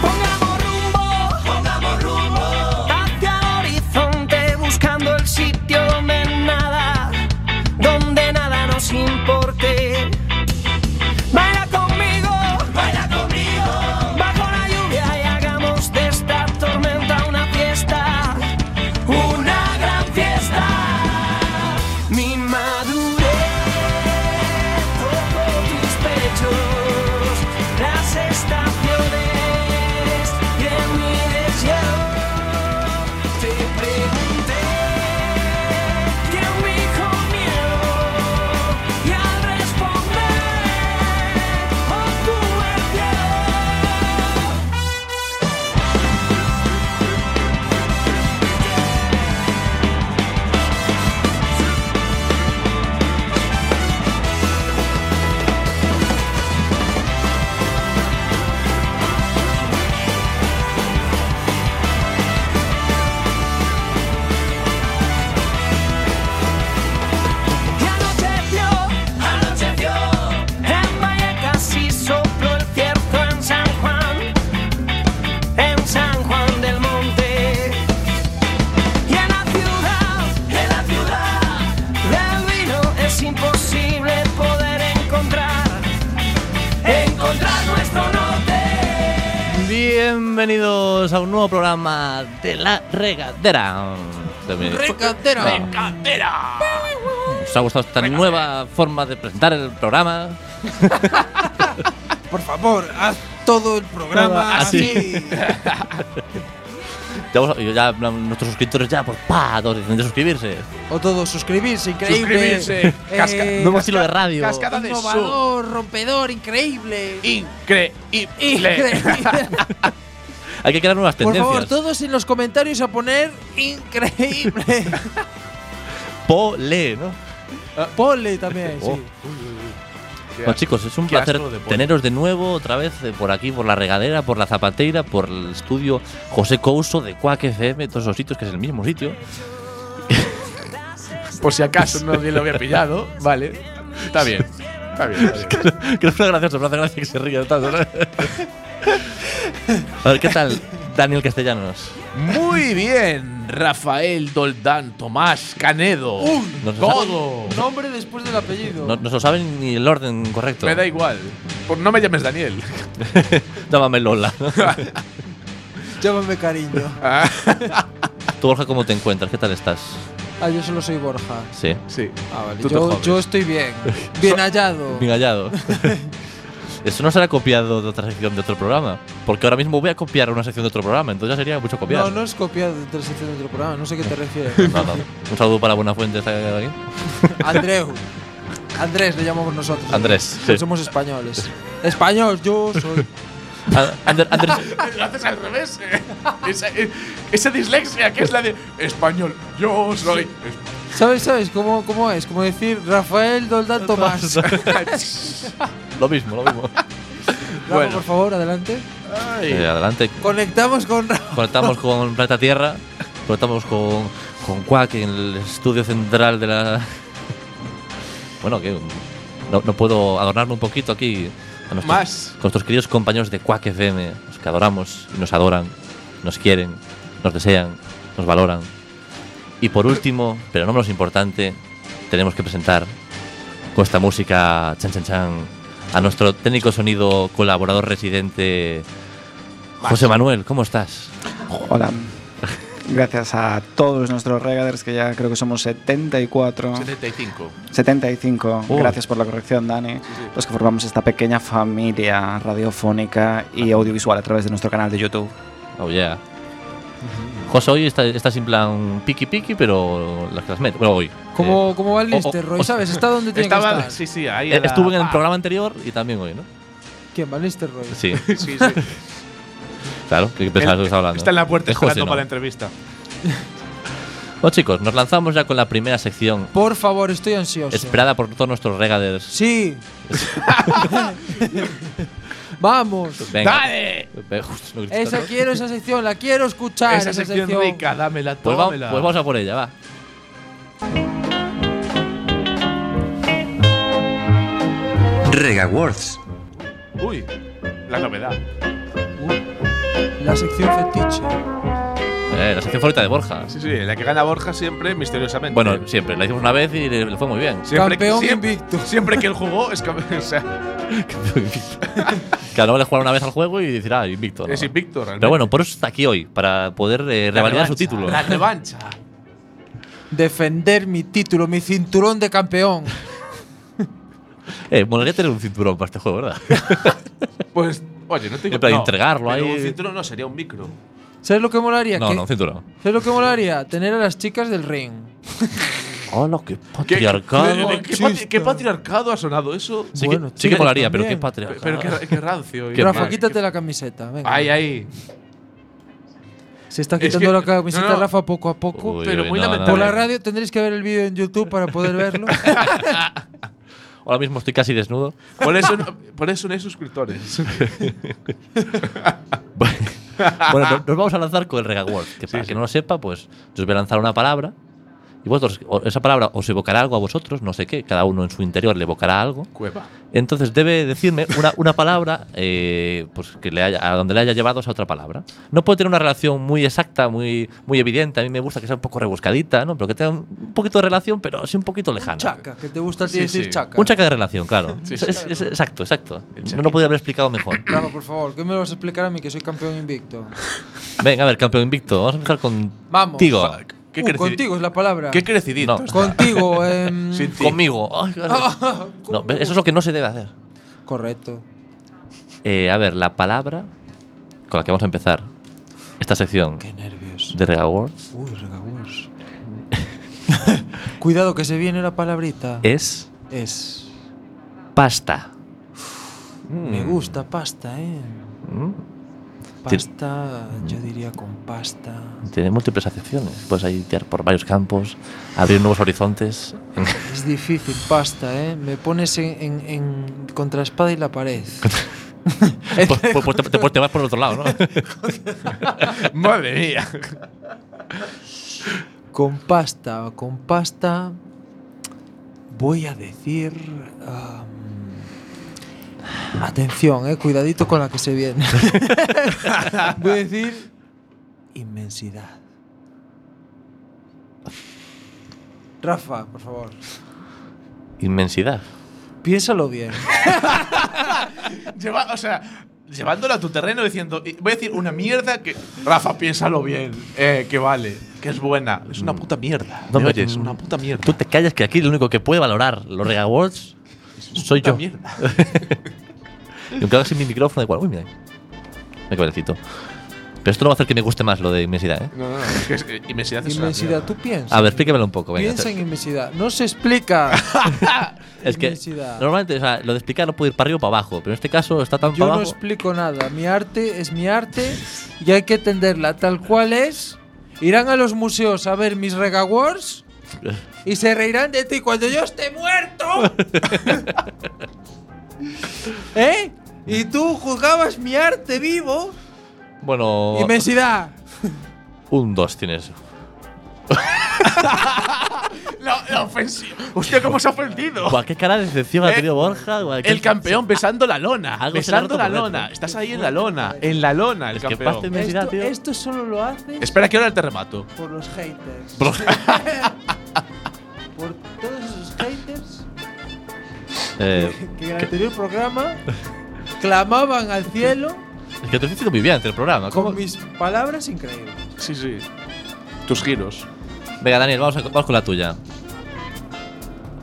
[SPEAKER 3] Pongamos rumbo, pongamos rumbo hacia el horizonte buscando el sitio donde nada, donde nada nos importe. Baila conmigo, baila conmigo bajo la lluvia y hagamos de esta tormenta una fiesta, una gran fiesta. Mi madurez tocó tus pechos, las estaciones y en mi deseo te pregunté quién me dijo miedo y al responder obtuve el cielo. Y anocheció, anocheció En Vallecas y sopló el cierzo en San Juan En San Juan del Monte Y en la ciudad, en la ciudad Del vino es imposible poder encontrar Encontrar nuestro norte
[SPEAKER 4] Bienvenidos a un nuevo programa de La Regadera. También-
[SPEAKER 5] Recantera.
[SPEAKER 4] ¿Os ha gustado esta nueva forma de presentar el programa?
[SPEAKER 5] Por favor, haz todo el programa así.
[SPEAKER 4] Ya, vos- yo ya, en plan, nuestros suscriptores ya, por pa, todos dicen de suscribirse.
[SPEAKER 5] O todo, suscribirse, increíble.
[SPEAKER 6] Suscribirse. Casca-
[SPEAKER 5] Eh,
[SPEAKER 4] Nuevo estilo de radio.
[SPEAKER 6] cascada de su.
[SPEAKER 5] innovador, rompedor, increíble.
[SPEAKER 6] Increíble.
[SPEAKER 5] Increíble.
[SPEAKER 4] Hay que crear nuevas
[SPEAKER 5] Por
[SPEAKER 4] tendencias.
[SPEAKER 5] favor, todos en los comentarios a poner increíble.
[SPEAKER 4] Pole, ¿no?
[SPEAKER 5] Ponle también, sí.
[SPEAKER 6] Pues,
[SPEAKER 4] Bueno, chicos, es un
[SPEAKER 6] qué
[SPEAKER 4] placer
[SPEAKER 6] asco de pole.
[SPEAKER 4] teneros de nuevo otra vez eh, por aquí, por la regadera, por la zapateira, por el estudio José Couso de Quack FM, todos esos sitios que es el mismo sitio.
[SPEAKER 6] Por si acaso nadie lo había pillado, vale. Está bien. Está bien. está bien.
[SPEAKER 4] que es una graciosa, me hace gracia que se ríe de tanto, ¿no? A ver, ¿qué tal, Daniel Castellanos?
[SPEAKER 6] Muy bien, Rafael Doldán, Tomás Canedo.
[SPEAKER 4] No se
[SPEAKER 6] todo.
[SPEAKER 5] Nombre después del apellido.
[SPEAKER 4] No, no se lo saben ni el orden correcto.
[SPEAKER 6] Me da igual. Por no me llames Daniel.
[SPEAKER 4] Llámame Lola.
[SPEAKER 5] Llámame cariño.
[SPEAKER 6] Ah,
[SPEAKER 4] Tú, Borja, ¿cómo te encuentras? ¿Qué tal estás?
[SPEAKER 5] Ah, yo solo soy Borja.
[SPEAKER 4] Sí.
[SPEAKER 6] sí.
[SPEAKER 5] Ah, vale.
[SPEAKER 6] Tú te
[SPEAKER 5] Yo,
[SPEAKER 6] jodes.
[SPEAKER 5] yo estoy bien. Bien hallado.
[SPEAKER 4] Bien hallado. Eso no será copiado de otra sección de otro programa. Porque ahora mismo voy a copiar una sección de otro programa, entonces ya sería mucho copiar.
[SPEAKER 5] No, no es copiado de tres secciones del programa, no sé a qué te refieres.
[SPEAKER 4] No, no. Un saludo para Buenafuente, ¿está aquí?
[SPEAKER 5] Andreu. Andrés le llamamos nosotros.
[SPEAKER 4] Andrés, sí.
[SPEAKER 5] Somos españoles. Español, yo soy.
[SPEAKER 4] Ah, Ander- Andrés,
[SPEAKER 6] Lo haces al revés. eh. Esa, eh, esa dislexia que es la de español. Yo soy.
[SPEAKER 5] ¿Sabes, sabes cómo, cómo es? Como decir Rafael Doldán Tomás.
[SPEAKER 4] lo mismo, lo mismo.
[SPEAKER 5] Rafa,
[SPEAKER 6] Bueno.
[SPEAKER 5] por favor, adelante.
[SPEAKER 4] Eh, adelante,
[SPEAKER 5] Conectamos con Rafa.
[SPEAKER 4] Conectamos con Planeta Tierra, conectamos con, con Quack en el estudio central de la. Bueno, que. No, no puedo adornarme un poquito aquí a nuestros,
[SPEAKER 6] Más.
[SPEAKER 4] con nuestros queridos compañeros de Quack FM, los que adoramos y nos adoran, nos quieren, nos desean, nos valoran. Y por último, pero no menos importante, tenemos que presentar con esta música chan chan chan a nuestro técnico sonido colaborador residente José Manuel, ¿cómo estás?
[SPEAKER 7] Hola. Gracias a todos nuestros regaders, que ya creo que somos 74.
[SPEAKER 6] 75.
[SPEAKER 7] 75.
[SPEAKER 4] Uy.
[SPEAKER 7] Gracias por la corrección, Dani. Los que formamos esta pequeña familia radiofónica y audiovisual a través de nuestro canal de YouTube.
[SPEAKER 4] Oh, yeah. José, hoy está- estás en plan piqui piqui, pero las que las meto. Bueno, hoy.
[SPEAKER 5] ¿Cómo,
[SPEAKER 6] Eh,
[SPEAKER 5] cómo va el
[SPEAKER 6] oh,
[SPEAKER 4] o-
[SPEAKER 5] Lister,
[SPEAKER 4] o-
[SPEAKER 5] Roy?
[SPEAKER 4] o-
[SPEAKER 5] ¿Sabes? Está donde tiene que
[SPEAKER 6] Estaba.
[SPEAKER 5] estar.
[SPEAKER 6] Sí, sí, ahí.
[SPEAKER 4] Eh,
[SPEAKER 6] a la-
[SPEAKER 4] estuve en el
[SPEAKER 6] Ah,
[SPEAKER 4] programa anterior y también hoy, ¿no?
[SPEAKER 5] ¿Quién va el Lister, Roy?
[SPEAKER 4] Sí,
[SPEAKER 6] sí, sí.
[SPEAKER 4] claro, que pensabas que estaba hablando.
[SPEAKER 6] Está en la puerta
[SPEAKER 4] Es José,
[SPEAKER 6] esperando
[SPEAKER 4] ¿no?
[SPEAKER 6] para la entrevista.
[SPEAKER 4] Bueno, chicos, nos lanzamos ya con la primera sección
[SPEAKER 5] Por favor, estoy ansioso.
[SPEAKER 4] esperada por todos nuestros regaders.
[SPEAKER 5] Sí. Vamos.
[SPEAKER 4] Venga.
[SPEAKER 6] ¡Dale!
[SPEAKER 4] Ve- Uf, no grites
[SPEAKER 5] Esa
[SPEAKER 4] tanto.
[SPEAKER 5] quiero, esa sección, la quiero escuchar.
[SPEAKER 6] Esa sección rica, dámela,
[SPEAKER 4] Pues, va-
[SPEAKER 6] tómela.
[SPEAKER 4] pues vamos a por ella, va.
[SPEAKER 2] Rega Awards.
[SPEAKER 6] Uy, la novedad.
[SPEAKER 5] La sección fetiche.
[SPEAKER 4] Eh, la sección favorita de Borja.
[SPEAKER 6] Sí, sí, la que gana Borja siempre misteriosamente.
[SPEAKER 4] Bueno, siempre. La hicimos una vez y le, le fue muy bien.
[SPEAKER 6] siempre
[SPEAKER 5] Campeón
[SPEAKER 6] siempre,
[SPEAKER 5] invicto.
[SPEAKER 6] Siempre que él jugó es campeón. O sea,
[SPEAKER 4] Claro, no vale jugar una vez al juego y decir, ah, invicto. ¿no?
[SPEAKER 6] es invicto realmente.
[SPEAKER 4] Pero bueno, por eso está aquí hoy, para poder eh,
[SPEAKER 6] La
[SPEAKER 4] revalidar su
[SPEAKER 6] revancha,
[SPEAKER 4] título.
[SPEAKER 6] La revancha.
[SPEAKER 5] Defender mi título, mi cinturón de campeón.
[SPEAKER 4] Eh, molaría tener un cinturón para este juego, ¿verdad?
[SPEAKER 6] Pues, oye, no tengo
[SPEAKER 4] En plan,
[SPEAKER 6] no,
[SPEAKER 4] entregarlo
[SPEAKER 6] pero
[SPEAKER 4] ahí.
[SPEAKER 6] un cinturón no sería un micro.
[SPEAKER 5] ¿Sabes lo que molaría?
[SPEAKER 4] no,
[SPEAKER 5] Que-
[SPEAKER 4] no, un cinturón.
[SPEAKER 5] ¿Sabes lo que molaría? Tener a las chicas del ring.
[SPEAKER 4] Hola, qué
[SPEAKER 6] ¿Qué,
[SPEAKER 4] patriarcado.
[SPEAKER 6] qué- qué- qué
[SPEAKER 5] machista.
[SPEAKER 6] patri- qué patriarcado ha sonado eso?
[SPEAKER 4] Sí,
[SPEAKER 5] Bueno,
[SPEAKER 4] que, sí que
[SPEAKER 5] chicas
[SPEAKER 4] molaría, pero qué
[SPEAKER 5] también.
[SPEAKER 4] patriarcado.
[SPEAKER 6] Pero qué, qué rancio.
[SPEAKER 4] Qué
[SPEAKER 5] Rafa,
[SPEAKER 4] mal.
[SPEAKER 5] quítate la camiseta. Venga.
[SPEAKER 6] Ay, ay.
[SPEAKER 5] Se está
[SPEAKER 6] Es que-
[SPEAKER 5] quitando la camiseta
[SPEAKER 6] no, no.
[SPEAKER 5] Rafa poco a poco.
[SPEAKER 4] Uy,
[SPEAKER 6] pero
[SPEAKER 4] uy,
[SPEAKER 6] muy
[SPEAKER 4] no, no,
[SPEAKER 6] lamentable.
[SPEAKER 5] Por
[SPEAKER 4] no.
[SPEAKER 5] la radio tendréis que ver el vídeo en YouTube para poder verlo.
[SPEAKER 4] Ahora mismo estoy casi desnudo.
[SPEAKER 6] Por eso, no- por eso no hay suscriptores.
[SPEAKER 4] bueno, no- nos vamos a lanzar con el Rega Word. Que para
[SPEAKER 6] sí.
[SPEAKER 4] que no lo sepa, pues yo os voy a lanzar una palabra. Y vosotros, o- esa palabra os evocará algo a vosotros, no sé qué. Cada uno en su interior le evocará algo.
[SPEAKER 6] Cueva.
[SPEAKER 4] Entonces debe decirme una, una palabra eh, pues que le haya, a donde le haya llevado esa otra palabra. No puede tener una relación muy exacta, muy, muy evidente. A mí me gusta que sea un poco rebuscadita, ¿no? pero que tenga un- un poquito de relación, pero sí un poquito lejana.
[SPEAKER 5] chaca, que te gusta a ti
[SPEAKER 6] Sí,
[SPEAKER 5] decir
[SPEAKER 6] sí.
[SPEAKER 5] chaca.
[SPEAKER 4] Un chaca de relación, claro.
[SPEAKER 6] Sí,
[SPEAKER 4] Es-
[SPEAKER 6] sí.
[SPEAKER 4] es- es- exacto, exacto. No lo podría haber explicado mejor.
[SPEAKER 5] Rafa, por favor, ¿qué me lo vas a explicar a mí que soy campeón invicto?
[SPEAKER 4] Venga, a ver, campeón invicto. Vamos a empezar
[SPEAKER 5] Vamos.
[SPEAKER 4] contigo.
[SPEAKER 6] Qué
[SPEAKER 5] Uh,
[SPEAKER 6] creci-
[SPEAKER 5] contigo es la palabra.
[SPEAKER 6] Qué crecidito.
[SPEAKER 4] No.
[SPEAKER 6] está.
[SPEAKER 5] Contigo. em,
[SPEAKER 6] Sin ti.
[SPEAKER 4] Conmigo. Ay, vale. No, ¿ves? eso es lo que no se debe hacer.
[SPEAKER 5] Correcto.
[SPEAKER 4] Eh, a ver, la palabra con la que vamos a empezar esta sección
[SPEAKER 5] Qué nervios.
[SPEAKER 4] de Rega Awards
[SPEAKER 5] Uy, regabús. Cuidado que se viene la palabrita.
[SPEAKER 6] Eh.
[SPEAKER 4] es
[SPEAKER 5] Es.
[SPEAKER 4] pasta.
[SPEAKER 6] Mm.
[SPEAKER 5] Me gusta pasta, ¿eh? Pasta, yo diría con pasta.
[SPEAKER 4] Tiene múltiples acepciones. Puedes ahí tirar por varios campos, abrir nuevos horizontes.
[SPEAKER 5] Es difícil pasta, ¿eh? Me pones en, en- en- contra la espada y la pared.
[SPEAKER 4] pues, pues- pues te, te- pues te vas por el otro lado, ¿no?
[SPEAKER 6] Madre mía.
[SPEAKER 5] con pasta, con pasta. Voy a decir. am, atención, eh, cuidadito con la que se viene. Voy a decir. Inmensidad. Rafa, por favor.
[SPEAKER 4] Inmensidad.
[SPEAKER 5] Piénsalo bien.
[SPEAKER 6] Lleva- o sea, llevándolo a tu terreno diciendo, y- voy a decir una mierda que. Rafa, piénsalo bien. Eh, que vale, que es buena. Es una puta mierda.
[SPEAKER 4] No,
[SPEAKER 6] ¿Me
[SPEAKER 4] pero-
[SPEAKER 6] oyes? Una puta mierda.
[SPEAKER 4] Tú te callas que aquí el único que puede valorar los Rega Awards soy
[SPEAKER 6] Puta
[SPEAKER 4] yo.
[SPEAKER 6] mierda.
[SPEAKER 4] Y aunque haga sin mi micrófono, igual. Uy, mira. Me cabrecito. Pero esto no va a hacer que me guste más lo de inmensidad, ¿eh?
[SPEAKER 6] No, no, no. Es que es- eh, inmensidad es una
[SPEAKER 5] Inmensidad,
[SPEAKER 6] mierda.
[SPEAKER 5] tú piensas.
[SPEAKER 4] A ver, explícamelo un poco. Venga,
[SPEAKER 5] Piensa
[SPEAKER 4] te-
[SPEAKER 5] en inmensidad. No se explica.
[SPEAKER 4] es que
[SPEAKER 5] inmensidad.
[SPEAKER 4] normalmente o sea, lo de explicar no puede ir para arriba o para abajo, pero en este caso está tan
[SPEAKER 5] Yo
[SPEAKER 4] para
[SPEAKER 5] no
[SPEAKER 4] abajo.
[SPEAKER 5] explico nada. Mi arte es mi arte y hay que entenderla tal cual es. Irán a los museos a ver mis Rega Wars y se reirán de ti cuando yo esté muerto. ¿Eh? Y tú juzgabas mi arte vivo.
[SPEAKER 4] Bueno,
[SPEAKER 5] Inmensidad.
[SPEAKER 4] un dos tienes.
[SPEAKER 6] La, la ofensiva. Hostia, cómo se ha ofendido.
[SPEAKER 4] Buah, qué cara de decepción ha
[SPEAKER 6] Eh,
[SPEAKER 4] tenido Borja. guau, qué-
[SPEAKER 6] El campeón besando la lona.
[SPEAKER 4] Algo se
[SPEAKER 6] besando
[SPEAKER 4] le ha
[SPEAKER 6] la
[SPEAKER 4] roto por
[SPEAKER 6] lona.
[SPEAKER 4] dentro.
[SPEAKER 6] Estás ahí en la lona. En la lona, el
[SPEAKER 4] Es que
[SPEAKER 6] campeón.
[SPEAKER 4] parte me- Inmensidad,
[SPEAKER 5] Esto,
[SPEAKER 4] tío.
[SPEAKER 5] esto solo lo haces
[SPEAKER 6] Espera, que ahora el terremoto.
[SPEAKER 5] por los haters. por todos esos haters
[SPEAKER 4] Eh,
[SPEAKER 5] que en el anterior programa clamaban al cielo.
[SPEAKER 4] es que te lo he dicho muy bien ante el programa. ¿Cómo?
[SPEAKER 5] Con mis palabras increíbles.
[SPEAKER 6] Sí, sí. tus giros.
[SPEAKER 4] Venga, Daniel, vamos, a- vamos con la tuya.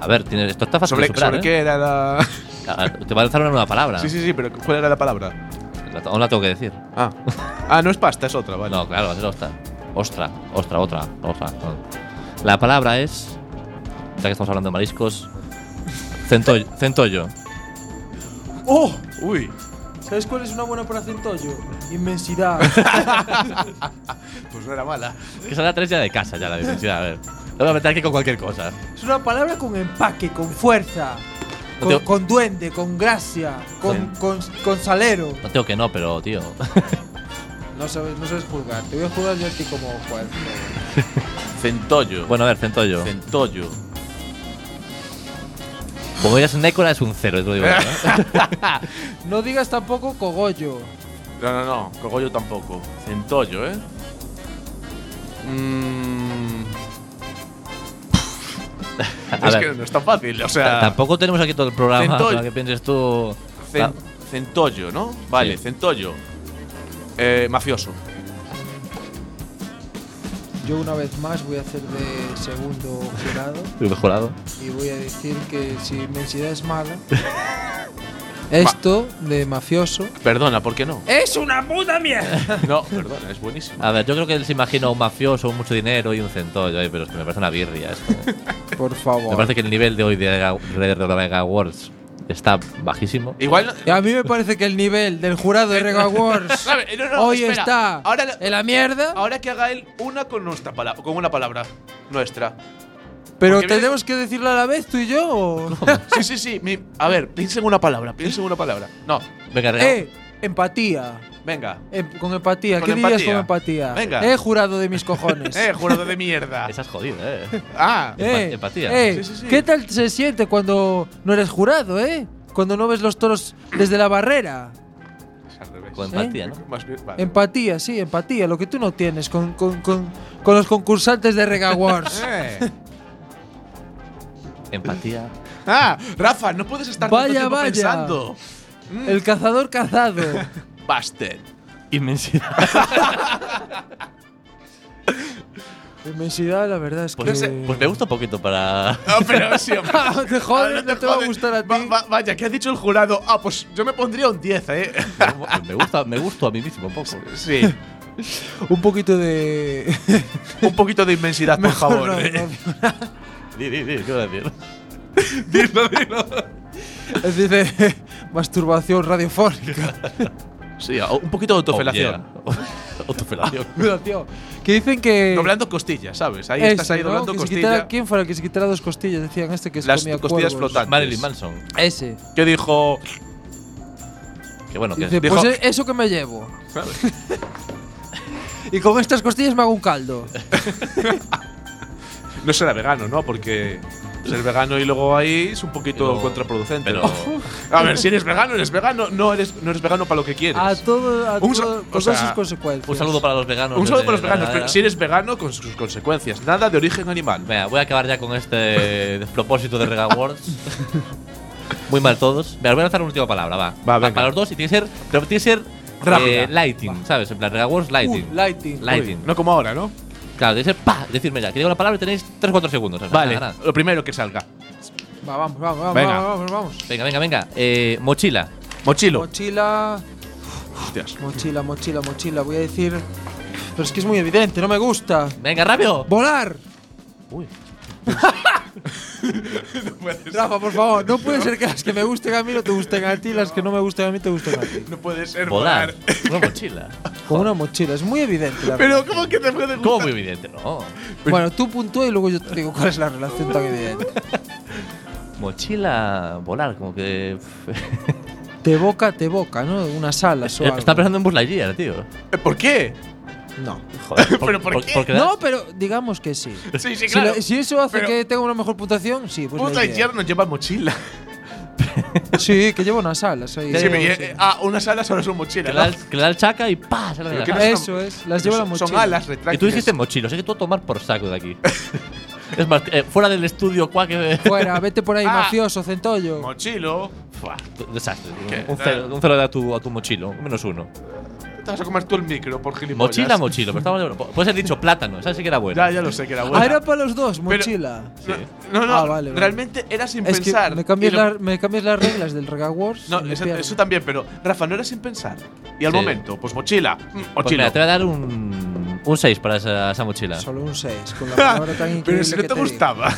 [SPEAKER 4] A ver, tienes, esto está fácil de
[SPEAKER 6] ¿Sobre,
[SPEAKER 4] superar,
[SPEAKER 6] sobre
[SPEAKER 4] ¿eh?
[SPEAKER 6] qué era la.?
[SPEAKER 4] Ah, Te va a lanzar una nueva palabra.
[SPEAKER 6] Sí, sí, sí, pero ¿cuál era la palabra?
[SPEAKER 4] La- Aún la tengo que decir.
[SPEAKER 6] Ah. Ah, no es pasta, es otra, vale.
[SPEAKER 4] No, claro, va a ser ostra. Ostra, ostra, otra, ostra. no. La palabra es, ya que estamos hablando de mariscos, centollo. centollo.
[SPEAKER 5] ¡Oh!
[SPEAKER 6] Uy,
[SPEAKER 5] ¿Sabes cuál es una buena para centollo? Inmensidad.
[SPEAKER 6] pues no era mala.
[SPEAKER 4] Que son las tres ya de casa, ya la dimensidad. A ver, lo voy a meter aquí con cualquier cosa.
[SPEAKER 5] es una palabra con empaque, con fuerza.
[SPEAKER 4] No
[SPEAKER 5] Con,
[SPEAKER 4] te-
[SPEAKER 5] con duende, con gracia, con, con, con salero.
[SPEAKER 4] No tengo que no, pero tío.
[SPEAKER 5] No sabes, no sabes juzgar. Te voy a juzgar yo a ti como juez.
[SPEAKER 9] Centollo.
[SPEAKER 4] Bueno, a ver, centollo.
[SPEAKER 9] Centollo.
[SPEAKER 4] Como eres nécora, es un cero, te lo digo. ¿eh? ¿no?
[SPEAKER 5] No digas tampoco cogollo.
[SPEAKER 9] No, no, no. Cogollo tampoco. Centollo, ¿eh?
[SPEAKER 6] Mm,
[SPEAKER 4] A
[SPEAKER 6] es que
[SPEAKER 4] ver,
[SPEAKER 6] no es tan fácil, o sea.
[SPEAKER 4] tampoco tenemos aquí todo el programa
[SPEAKER 9] Centollo.
[SPEAKER 4] para que pienses tú.
[SPEAKER 9] Cen- centollo, ¿no? Vale,
[SPEAKER 4] Sí.
[SPEAKER 9] centollo. Eh, mafioso.
[SPEAKER 5] Yo una vez más voy a hacer de segundo jurado
[SPEAKER 4] Lo mejorado.
[SPEAKER 5] y voy a decir que si inmensidad es mala, esto de mafioso
[SPEAKER 9] Perdona, ¿por qué no?
[SPEAKER 5] es una puta mierda.
[SPEAKER 9] No, perdona, es buenísimo.
[SPEAKER 4] A ver, yo creo que él se imagina un mafioso, mucho dinero y un centollo, ay, pero es que me parece una birria esto. ¿eh?
[SPEAKER 5] Por
[SPEAKER 4] Me
[SPEAKER 5] favor.
[SPEAKER 4] parlega- parece que el nivel de hoy de Red Dead Mega Awards está bajísimo.
[SPEAKER 6] Igual. no-
[SPEAKER 5] Y a mí me parece que el nivel del jurado de Rega Wars
[SPEAKER 6] A ver, no, no,
[SPEAKER 5] hoy
[SPEAKER 6] espera.
[SPEAKER 5] está
[SPEAKER 6] Ahora lo- Ah,
[SPEAKER 5] en la mierda,
[SPEAKER 6] Ahora que haga él una con nuestra palabra, con una palabra nuestra.
[SPEAKER 5] pero
[SPEAKER 6] porque viene-
[SPEAKER 5] tenemos que decirlo a la vez tú y yo. o-
[SPEAKER 6] Sí, sí, sí. mi- a ver, piensa en una palabra, piensa en una palabra. No,
[SPEAKER 4] Venga, regalo.
[SPEAKER 5] eh, empatía.
[SPEAKER 6] venga.
[SPEAKER 5] Em- con empatía,
[SPEAKER 6] Con
[SPEAKER 5] ¿qué dirías
[SPEAKER 6] empatía.
[SPEAKER 5] con empatía?
[SPEAKER 6] Venga.
[SPEAKER 5] Eh, jurado de mis cojones.
[SPEAKER 6] Eh, jurado de mierda.
[SPEAKER 4] Esa es jodida, eh.
[SPEAKER 6] Ah,
[SPEAKER 5] Eh,
[SPEAKER 4] empatía.
[SPEAKER 5] eh,
[SPEAKER 6] Sí, sí, sí.
[SPEAKER 5] ¿Qué tal se siente cuando no eres jurado, eh? Cuando no ves los toros desde la barrera.
[SPEAKER 6] es al revés.
[SPEAKER 4] Con empatía, ¿no?
[SPEAKER 6] Más bien, vale.
[SPEAKER 5] Empatía, sí, empatía, lo que tú no tienes con, con- con- con los concursantes de Rega Wars.
[SPEAKER 6] Eh.
[SPEAKER 4] Empatía.
[SPEAKER 6] Ah, Rafa, no puedes estar tanto
[SPEAKER 5] Vaya,
[SPEAKER 6] tiempo
[SPEAKER 5] vaya.
[SPEAKER 6] pensando. Mm.
[SPEAKER 5] El cazador cazado.
[SPEAKER 6] Bastard.
[SPEAKER 4] Inmensidad.
[SPEAKER 5] Inmensidad, la verdad es que.
[SPEAKER 4] Pues, pues me gusta un poquito para.
[SPEAKER 6] Ah, pero sí, hombre.
[SPEAKER 5] Ah, te jodes,
[SPEAKER 6] Ahora
[SPEAKER 5] no te va a gustar a ti.
[SPEAKER 6] Va- va- vaya, ¿qué ha dicho el jurado? Ah, pues yo me pondría un 10, ¿eh?
[SPEAKER 4] me gusta, me gusto a mí mismo un poco.
[SPEAKER 6] Sí.
[SPEAKER 5] Un poquito de.
[SPEAKER 6] Un poquito de inmensidad, por
[SPEAKER 5] Mejor
[SPEAKER 6] favor.
[SPEAKER 5] no,
[SPEAKER 6] eh.
[SPEAKER 5] no.
[SPEAKER 4] Di, di, di, ¿qué voy a decir?
[SPEAKER 6] Dilo, dilo.
[SPEAKER 5] Es decir, masturbación radiofónica.
[SPEAKER 6] Sí, un poquito de autofelación.
[SPEAKER 4] Oh, yeah. Autofelación.
[SPEAKER 5] Mira, tío, Que dicen que.
[SPEAKER 6] Doblando costillas, ¿sabes? Ahí estás
[SPEAKER 5] Ese,
[SPEAKER 6] ahí
[SPEAKER 5] ¿no?
[SPEAKER 6] doblando
[SPEAKER 5] que se
[SPEAKER 6] costillas.
[SPEAKER 5] quitara- ¿Quién fuera el que se quitara dos costillas? Decían este que se
[SPEAKER 6] Las
[SPEAKER 5] comía
[SPEAKER 6] costillas
[SPEAKER 5] cuervos.
[SPEAKER 6] flotantes.
[SPEAKER 4] Marilyn Manson.
[SPEAKER 5] Ese.
[SPEAKER 6] Que dijo.
[SPEAKER 4] Qué bueno que
[SPEAKER 5] Dice,
[SPEAKER 4] es.
[SPEAKER 6] Dijo-
[SPEAKER 5] pues e- eso que me llevo. y con estas costillas me hago un caldo.
[SPEAKER 6] No será vegano, ¿no? Porque ser vegano y luego ahí es un poquito
[SPEAKER 4] Pero-
[SPEAKER 6] contraproducente.
[SPEAKER 4] Pero.
[SPEAKER 6] A ver, si eres vegano, eres vegano. No eres, no eres vegano para lo que quieres.
[SPEAKER 5] A todo, a todo-
[SPEAKER 6] Un sa- o
[SPEAKER 5] con
[SPEAKER 6] sea,
[SPEAKER 5] todas sus consecuencias.
[SPEAKER 4] Un saludo para los veganos.
[SPEAKER 6] Un saludo para los
[SPEAKER 4] desde la
[SPEAKER 6] veganos, pero
[SPEAKER 4] Granada.
[SPEAKER 6] si eres vegano con sus consecuencias, nada de origen animal.
[SPEAKER 4] Venga, voy a acabar ya con este despropósito de Rega Awards. Muy mal todos. Venga, os voy a lanzar una última palabra, va.
[SPEAKER 6] Va, venga.
[SPEAKER 4] para los dos y tiene que ser. Pero tiene que ser.
[SPEAKER 6] Rápida.
[SPEAKER 4] eh, lighting, ¿sabes? En plan, Rega Awards, lighting.
[SPEAKER 5] Uh, lighting.
[SPEAKER 4] Lighting.
[SPEAKER 6] No como ahora, ¿no?
[SPEAKER 4] Claro, tiene que ser pa, decirme ya. Que digo la palabra y tenéis 3-4 segundos. Nada,
[SPEAKER 6] Vale,
[SPEAKER 4] nada.
[SPEAKER 6] lo primero que salga.
[SPEAKER 5] Va, vamos, vamos, vamos,
[SPEAKER 6] Venga.
[SPEAKER 5] vamos, vamos.
[SPEAKER 4] Venga, venga, venga. Eh, mochila.
[SPEAKER 6] Mochilo.
[SPEAKER 5] Mochila,
[SPEAKER 6] Hostias.
[SPEAKER 5] mochila, mochila, mochila. Voy a decir. Pero es que es muy evidente, no me gusta.
[SPEAKER 4] Venga, rápido.
[SPEAKER 5] ¡Volar! Uy. Rafa, por favor, no puede ser que las que me gusten a mí no te gusten a ti, las que no me gusten a mí te gusten a ti.
[SPEAKER 6] No puede ser
[SPEAKER 4] Volar. Una mochila.
[SPEAKER 5] Con una mochila, es muy evidente. la
[SPEAKER 6] Pero, ¿cómo que te puede
[SPEAKER 4] ¿Cómo muy evidente? No.
[SPEAKER 5] verdad. bueno, tú puntúa y luego yo te digo cuál es la relación tan evidente.
[SPEAKER 4] Mochila, volar, como que.
[SPEAKER 5] Te boca, te boca, ¿no? Una sala
[SPEAKER 6] Eh,
[SPEAKER 5] o algo.
[SPEAKER 4] eh, Está pensando en Buzz Lightyear, tío.
[SPEAKER 6] ¿Por qué?
[SPEAKER 5] No.
[SPEAKER 4] Joder.
[SPEAKER 6] ¿Pero por qué?
[SPEAKER 4] porque da-
[SPEAKER 5] No, pero digamos que sí.
[SPEAKER 6] Sí, sí,
[SPEAKER 5] Si,
[SPEAKER 6] claro.
[SPEAKER 5] lo- si eso hace
[SPEAKER 6] Pero-
[SPEAKER 5] que tenga una mejor puntuación, sí. Pues
[SPEAKER 6] Puta
[SPEAKER 5] la idea.
[SPEAKER 6] izquierda no lleva mochila.
[SPEAKER 5] Sí, que lleva unas salas ahí.
[SPEAKER 6] Sí,
[SPEAKER 5] Sí,
[SPEAKER 6] me-
[SPEAKER 5] sí.
[SPEAKER 6] eh, ah, unas alas ahora son mochila.
[SPEAKER 4] Que le da
[SPEAKER 6] ¿no?
[SPEAKER 4] el, que le da el chaca y ¡pa! sale de
[SPEAKER 6] Pero
[SPEAKER 4] la
[SPEAKER 6] que
[SPEAKER 4] caja.
[SPEAKER 6] no
[SPEAKER 5] Eso es, las lleva la
[SPEAKER 6] Son-
[SPEAKER 5] mochila.
[SPEAKER 6] Son alas
[SPEAKER 4] Y tú
[SPEAKER 6] retráctiles.
[SPEAKER 4] dijiste mochilo, o sea que tú a tomar por saco de aquí. es más, eh, fuera del estudio, cuac. eh,
[SPEAKER 5] Fuera, vete por ahí,
[SPEAKER 6] Ah.
[SPEAKER 5] mafioso, centollo.
[SPEAKER 6] Mochilo.
[SPEAKER 4] Buah, un desastre.
[SPEAKER 6] ¿Qué?
[SPEAKER 4] Un cero, un cero de a tu, a tu mochilo, un menos uno.
[SPEAKER 6] te vas a comer tú el micro por gilipollas.
[SPEAKER 4] Mochila, mochilo. Pero estamos de broma. Puedes haber dicho plátano, esa sí que era buena.
[SPEAKER 6] Ya, ya lo sé que era bueno.
[SPEAKER 5] Ah, era para los dos, mochila.
[SPEAKER 6] No, no,
[SPEAKER 5] Ah, vale, vale.
[SPEAKER 6] realmente era sin
[SPEAKER 5] es que
[SPEAKER 6] pensar.
[SPEAKER 5] me cambias,
[SPEAKER 6] Y lo-
[SPEAKER 5] las- me cambias las reglas del Rega Wars.
[SPEAKER 6] No,
[SPEAKER 5] y me
[SPEAKER 6] eso,
[SPEAKER 5] pierdo.
[SPEAKER 6] eso también, pero Rafa, no era sin pensar. Y al
[SPEAKER 4] Sí.
[SPEAKER 6] momento, pues mochila, mm,
[SPEAKER 4] Pues mira,
[SPEAKER 6] mochila.
[SPEAKER 4] te voy a dar un, un 6 para esa, esa mochila.
[SPEAKER 5] Solo un 6, con la palabra tan increíble.
[SPEAKER 6] pero si no
[SPEAKER 5] que
[SPEAKER 6] te
[SPEAKER 5] digo.
[SPEAKER 6] gustaba.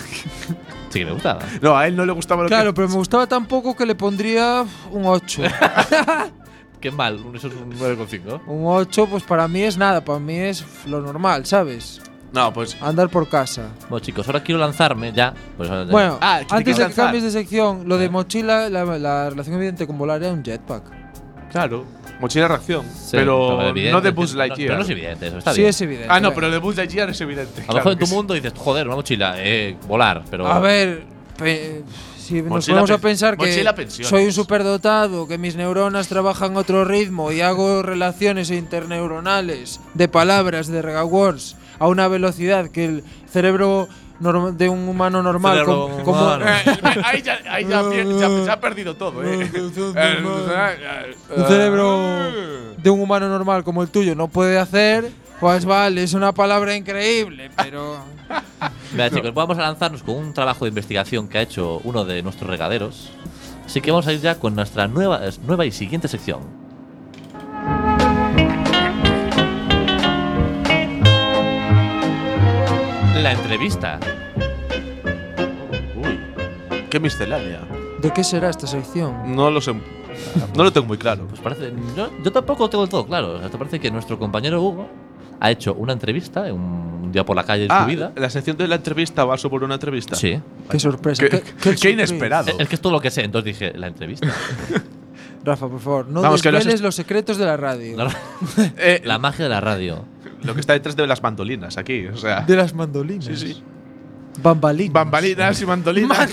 [SPEAKER 4] Sí que me gustaba.
[SPEAKER 6] No, a él no le gustaba lo
[SPEAKER 5] Claro,
[SPEAKER 6] que.
[SPEAKER 5] pero me gustaba tan poco que le pondría un 8.
[SPEAKER 4] Qué mal, eso es un 9,5.
[SPEAKER 5] un 8, pues para mí es nada, para mí es lo normal, ¿sabes?
[SPEAKER 6] No, pues.
[SPEAKER 5] Andar por casa.
[SPEAKER 4] Bueno, chicos, ahora quiero lanzarme ya. Pues, ahora ya.
[SPEAKER 5] Bueno,
[SPEAKER 6] Ah, que te
[SPEAKER 5] antes
[SPEAKER 6] quieres
[SPEAKER 5] de que
[SPEAKER 6] lanzar.
[SPEAKER 5] cambies de sección,
[SPEAKER 6] Ah.
[SPEAKER 5] lo de mochila, la, la relación evidente con volar era un jetpack.
[SPEAKER 6] Claro. Mochila reacción.
[SPEAKER 4] Sí,
[SPEAKER 6] pero
[SPEAKER 4] evidente,
[SPEAKER 6] no de Buzz Lightyear.
[SPEAKER 4] Pero no es evidente, eso está
[SPEAKER 5] sí,
[SPEAKER 4] bien.
[SPEAKER 5] es evidente.
[SPEAKER 6] ah, no, pero de Buzz Lightyear es evidente.
[SPEAKER 4] A lo mejor en
[SPEAKER 6] que
[SPEAKER 4] tu
[SPEAKER 6] sí.
[SPEAKER 4] mundo dices, joder, una mochila, eh, volar, pero.
[SPEAKER 5] A ver, pe- si nos
[SPEAKER 6] Mochila
[SPEAKER 5] vamos a
[SPEAKER 6] pen-
[SPEAKER 5] pensar que
[SPEAKER 6] mochila pensiones.
[SPEAKER 5] soy un superdotado, que mis neuronas trabajan a otro ritmo y hago relaciones interneuronales de palabras de Rega Wars a una velocidad que el cerebro norm- de un humano normal
[SPEAKER 4] Cerebro
[SPEAKER 5] com-
[SPEAKER 4] humano.
[SPEAKER 5] como,
[SPEAKER 6] Eh, ahí ya, ahí ya, pier- ya- ya ha perdido todo, eh.
[SPEAKER 3] eh.
[SPEAKER 5] un cerebro de un humano normal como el tuyo no puede hacer, pues vale, es una palabra increíble, pero
[SPEAKER 4] Mira, chicos, vamos a lanzarnos con un trabajo de investigación que ha hecho uno de nuestros regaderos. Así que vamos a ir ya con nuestra nueva, es- nueva y siguiente sección. La entrevista.
[SPEAKER 6] Qué miscelánea.
[SPEAKER 5] ¿de qué será esta sección?
[SPEAKER 6] No lo sé. No lo tengo muy claro.
[SPEAKER 4] Pues parece. Yo, yo tampoco tengo todo claro. Esto parece que nuestro compañero Hugo ha hecho una entrevista en un día por la calle de su vida.
[SPEAKER 6] la sección de la entrevista va sobre una Ah, entrevista.
[SPEAKER 4] Sí.
[SPEAKER 5] Qué sorpresa,
[SPEAKER 6] Qué,
[SPEAKER 5] qué-
[SPEAKER 6] qué-
[SPEAKER 5] qué
[SPEAKER 6] qué
[SPEAKER 5] sorpresa.
[SPEAKER 6] inesperado.
[SPEAKER 4] Es, es que es todo lo que sé, entonces dije, la entrevista.
[SPEAKER 5] Rafa, por favor, no
[SPEAKER 6] Vamos, que lo has
[SPEAKER 5] desveles
[SPEAKER 6] est-
[SPEAKER 5] los secretos de la radio.
[SPEAKER 4] La,
[SPEAKER 6] Eh,
[SPEAKER 4] la magia de la radio.
[SPEAKER 6] lo que está detrás de las mandolinas aquí, o sea.
[SPEAKER 5] De las mandolinas.
[SPEAKER 6] Sí, sí.
[SPEAKER 5] Bambalinas.
[SPEAKER 6] Bambalinas y mandolinas.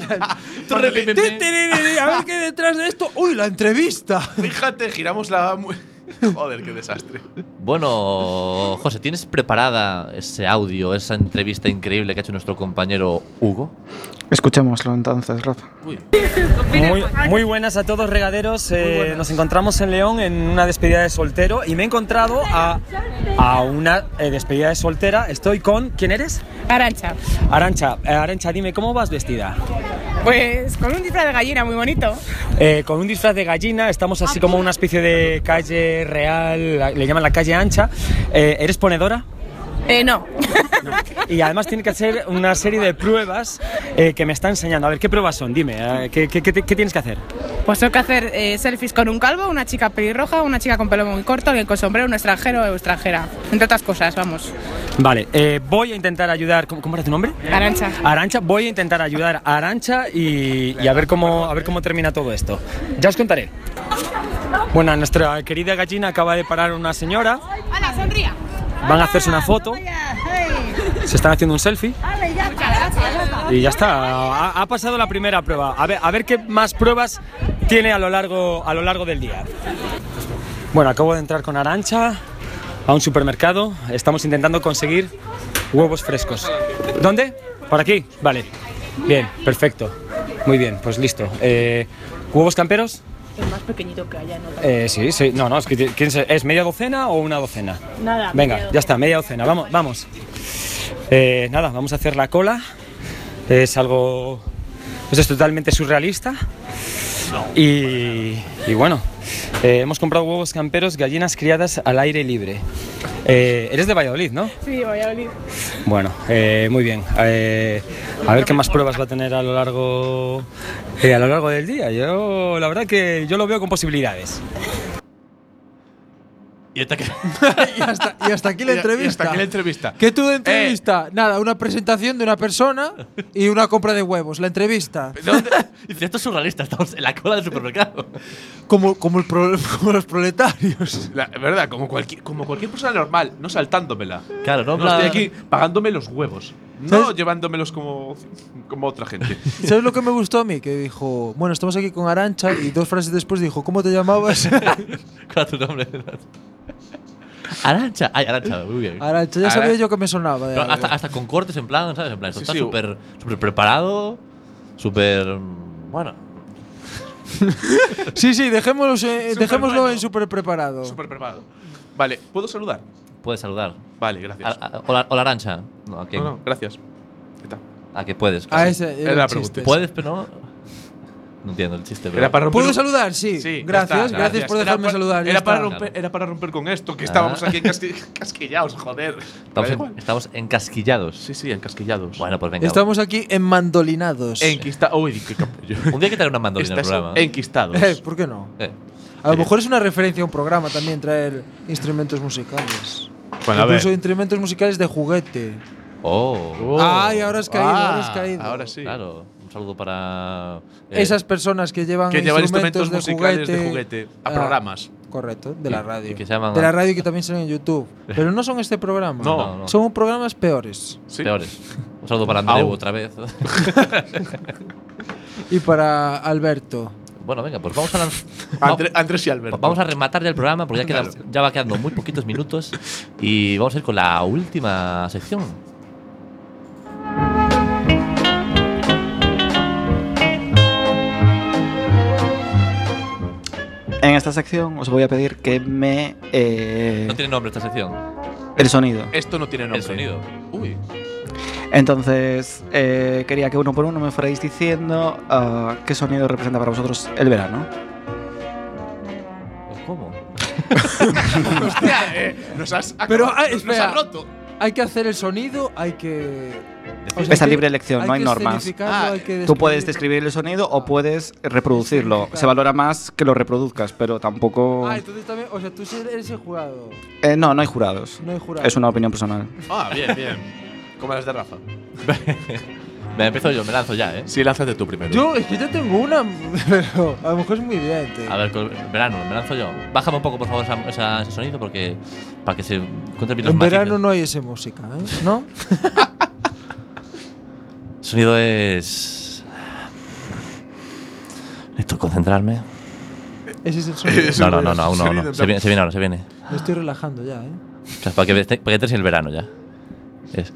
[SPEAKER 5] Ti, ti, ti, ti, A ver qué hay detrás de esto. Uy, la entrevista.
[SPEAKER 6] Fíjate, giramos la. mu- Joder, qué desastre.
[SPEAKER 4] Bueno, José, ¿tienes preparada ese audio, esa entrevista increíble que ha hecho nuestro compañero Hugo?
[SPEAKER 7] Escuchémoslo entonces, Rafa.
[SPEAKER 10] Muy, muy buenas a todos regaderos. Eh, nos encontramos en León en una despedida de soltero y me he encontrado a, a una eh, despedida de soltera. Estoy con... ¿Quién eres?
[SPEAKER 11] Arancha,
[SPEAKER 10] Arancha. Eh, Arancha, dime, ¿cómo vas vestida?
[SPEAKER 11] pues con un disfraz de gallina muy bonito.
[SPEAKER 10] Eh, con un disfraz de gallina, estamos así como una especie de calle real, la- le llaman la calle ancha. Eh, ¿Eres ponedora?
[SPEAKER 11] Eh, no.
[SPEAKER 10] Y además tiene que hacer una serie de pruebas eh, que me está enseñando. A ver, ¿qué pruebas son? Dime, eh, ¿qué- qué- qué te- qué tienes que hacer?
[SPEAKER 11] Pues tengo que hacer eh, selfies con un calvo, una chica pelirroja, una chica con pelo muy corto, alguien con sombrero, un extranjero o extranjera. Entre otras cosas, vamos.
[SPEAKER 10] Vale, eh, voy a intentar ayudar. ¿Cómo, cómo era tu nombre?
[SPEAKER 11] Arancha.
[SPEAKER 10] Arancha, voy a intentar ayudar a Arancha y, y a ver cómo a ver cómo termina todo esto. Ya os contaré. Bueno, nuestra querida gallina acaba de parar una señora.
[SPEAKER 11] Ana, sonría.
[SPEAKER 10] Van a hacerse una foto. Se están haciendo un selfie y ya está. Ha, ha pasado la primera prueba. A ver, a ver qué más pruebas tiene a lo largo a lo largo del día. Bueno, acabo de entrar con Arancha a un supermercado. Estamos intentando conseguir huevos frescos. ¿Dónde? ¿Por aquí? Vale. Bien, perfecto. Muy bien, pues listo. Eh, ¿Huevos camperos?
[SPEAKER 11] El más pequeñito que haya, no.
[SPEAKER 10] Eh, sí, sí. No, no, es que ¿quién se- ¿es media docena o una docena?
[SPEAKER 11] Nada.
[SPEAKER 10] Venga, ya está, media docena. Vamos, vamos. Eh, nada, vamos a hacer la cola. Es algo. Pues es totalmente surrealista. Y, y bueno, eh, hemos comprado huevos camperos, gallinas criadas al aire libre. Eh, eres de Valladolid, ¿no?
[SPEAKER 11] Sí, voy a venir.
[SPEAKER 10] Bueno, eh, muy bien. Eh, a ver qué más pruebas va a tener a lo largo eh, a lo largo del día. Yo, la verdad que yo lo veo con posibilidades.
[SPEAKER 4] Y esta que-
[SPEAKER 5] y, hasta, y hasta aquí la
[SPEAKER 6] Y- y hasta
[SPEAKER 5] entrevista.
[SPEAKER 6] aquí la entrevista. Eh.
[SPEAKER 5] ¿Qué tú de entrevista? Nada, una presentación de una persona y una compra de huevos. La entrevista.
[SPEAKER 6] ¿Dónde-
[SPEAKER 4] Dice, esto es surrealista, estamos en la cola del supermercado.
[SPEAKER 5] Como, como, el pro- como los proletarios.
[SPEAKER 6] La verdad, como cualquier, como cualquier persona normal, no saltándomela.
[SPEAKER 4] Claro, no,
[SPEAKER 6] No
[SPEAKER 4] habla-
[SPEAKER 6] estoy aquí pagándome los huevos. No llevándomelos como, como otra gente.
[SPEAKER 5] ¿Sabes lo que me gustó a mí? Que dijo, bueno, estamos aquí con Arancha y dos frases después dijo, ¿cómo te llamabas?
[SPEAKER 4] ¿Cuál es tu nombre? Arancha. Ay, Arancha, muy bien.
[SPEAKER 5] Arancha, ya sabía
[SPEAKER 6] Aran-
[SPEAKER 5] yo que me sonaba. de
[SPEAKER 4] Pero
[SPEAKER 5] algo.
[SPEAKER 4] hasta, hasta con cortes en plan, ¿sabes? En plan, esto
[SPEAKER 6] Sí,
[SPEAKER 4] está
[SPEAKER 6] sí.
[SPEAKER 4] súper súper preparado, súper. mm, Bueno.
[SPEAKER 5] sí, sí, dejémoslo, eh,
[SPEAKER 6] Supermano.
[SPEAKER 5] dejémoslo en súper preparado.
[SPEAKER 6] Súper preparado. Vale, ¿puedo saludar?
[SPEAKER 4] Puedes saludar.
[SPEAKER 6] Vale, gracias.
[SPEAKER 4] A- a- Hola, hola Arancha. No, ¿a quién?
[SPEAKER 6] No, no, gracias. ¿Qué tal?
[SPEAKER 4] A que puedes.
[SPEAKER 5] Ah,
[SPEAKER 4] casi.
[SPEAKER 5] ese era Era el la pregunta. chiste.
[SPEAKER 4] Puedes, pero no. No entiendo el chiste. Pero
[SPEAKER 6] Era para romper
[SPEAKER 5] ¿Puedo
[SPEAKER 6] un-
[SPEAKER 5] saludar? Sí.
[SPEAKER 6] Sí,
[SPEAKER 5] gracias,
[SPEAKER 6] ya
[SPEAKER 5] gracias,
[SPEAKER 6] está,
[SPEAKER 5] por
[SPEAKER 6] Era
[SPEAKER 5] dejarme
[SPEAKER 6] pa-
[SPEAKER 5] saludar. ya
[SPEAKER 6] Era para,
[SPEAKER 5] está.
[SPEAKER 6] romper, era para romper con esto, que
[SPEAKER 4] Ah.
[SPEAKER 6] estábamos aquí casqui- casquillados, joder.
[SPEAKER 4] Estamos,
[SPEAKER 6] Da
[SPEAKER 4] en-
[SPEAKER 6] igual.
[SPEAKER 4] estamos encasquillados.
[SPEAKER 6] Sí, sí, encasquillados.
[SPEAKER 4] Bueno, pues venga.
[SPEAKER 5] Estamos aquí enmandolinados.
[SPEAKER 6] Enquista- Uy, qué capullo.
[SPEAKER 4] Un día hay que traer una mandolina al
[SPEAKER 6] Estás
[SPEAKER 4] programa. ¿eh?
[SPEAKER 6] Enquistados.
[SPEAKER 5] Eh, ¿Por qué no?
[SPEAKER 4] Eh.
[SPEAKER 5] A lo mejor es una referencia a un programa también traer instrumentos musicales.
[SPEAKER 6] Bueno, a ver.
[SPEAKER 5] Incluso instrumentos musicales de juguete.
[SPEAKER 4] Oh.
[SPEAKER 5] Ay, ahora has caído, ahora has
[SPEAKER 6] Ah,
[SPEAKER 5] caído.
[SPEAKER 6] Ahora sí.
[SPEAKER 4] Claro. Un saludo para. eh,
[SPEAKER 5] Esas personas que llevan,
[SPEAKER 6] que llevan
[SPEAKER 5] instrumentos,
[SPEAKER 6] instrumentos musicales
[SPEAKER 5] de
[SPEAKER 6] de
[SPEAKER 5] juguete,
[SPEAKER 6] juguete a
[SPEAKER 5] Ah,
[SPEAKER 6] programas.
[SPEAKER 5] Correcto, de la
[SPEAKER 4] y-
[SPEAKER 5] radio.
[SPEAKER 4] y que se llaman-
[SPEAKER 5] de la radio que también salen en YouTube. Pero no son este programa.
[SPEAKER 6] No.
[SPEAKER 4] No, no.
[SPEAKER 5] Son programas peores.
[SPEAKER 6] Sí.
[SPEAKER 4] Peores. Un saludo para Andreu
[SPEAKER 6] Au.
[SPEAKER 4] otra vez.
[SPEAKER 5] Y para Alberto.
[SPEAKER 4] bueno, venga, pues vamos a. lanz-
[SPEAKER 6] André- Andrés y Alberto.
[SPEAKER 4] Vamos a rematar ya el programa porque ya, queda- ya va quedando muy poquitos minutos y vamos a ir con la última sección.
[SPEAKER 7] En esta sección os voy a pedir que me... eh,
[SPEAKER 4] No tiene nombre esta sección.
[SPEAKER 7] el sonido.
[SPEAKER 6] Esto no tiene nombre.
[SPEAKER 4] El sonido.
[SPEAKER 6] Uy.
[SPEAKER 7] Entonces, eh, quería que uno por uno me fuerais diciendo ah, qué sonido representa para vosotros el verano.
[SPEAKER 4] ¿Cómo?
[SPEAKER 6] Hostia, eh, nos has acabado-
[SPEAKER 5] Pero, ah,
[SPEAKER 6] nos
[SPEAKER 5] espera.
[SPEAKER 6] has roto.
[SPEAKER 5] Hay que hacer el sonido, hay que.
[SPEAKER 7] Esa libre elección, no hay
[SPEAKER 5] que
[SPEAKER 7] normas.
[SPEAKER 5] escenificarlo,
[SPEAKER 6] Ah,
[SPEAKER 5] hay que Ah,
[SPEAKER 7] Tú puedes
[SPEAKER 5] describir-
[SPEAKER 7] describir el sonido o puedes reproducirlo. Se valora más que lo reproduzcas, pero tampoco...
[SPEAKER 5] Ah, entonces también. O sea, tú sí eres el jurado.
[SPEAKER 7] Eh, no, no hay jurados.
[SPEAKER 5] No hay jurado.
[SPEAKER 7] Es una opinión personal.
[SPEAKER 6] Ah, bien, bien. Como las de Rafa.
[SPEAKER 4] Me empiezo yo, me lanzo ya, ¿eh?
[SPEAKER 6] Sí, lánzate tú primero.
[SPEAKER 5] Yo, es que ya tengo una, pero a lo mejor es muy evidente.
[SPEAKER 4] A ver, con- verano, me lanzo yo. Bájame un poco, por favor, esa- esa- ese sonido porque para que se encuentren bien las
[SPEAKER 5] en verano
[SPEAKER 4] máquinas.
[SPEAKER 5] no hay esa música, ¿eh? ¿No?
[SPEAKER 4] El sonido es. Necesito concentrarme.
[SPEAKER 5] Ese es el sonido.
[SPEAKER 4] No, no, no, no, aún no,
[SPEAKER 6] sonido,
[SPEAKER 4] no.
[SPEAKER 6] en
[SPEAKER 4] Se
[SPEAKER 6] plan-
[SPEAKER 4] viene, se viene ahora, se viene.
[SPEAKER 5] Me estoy relajando ya, ¿eh?
[SPEAKER 4] O sea, para que, ve- para que entres en el verano ya. Es.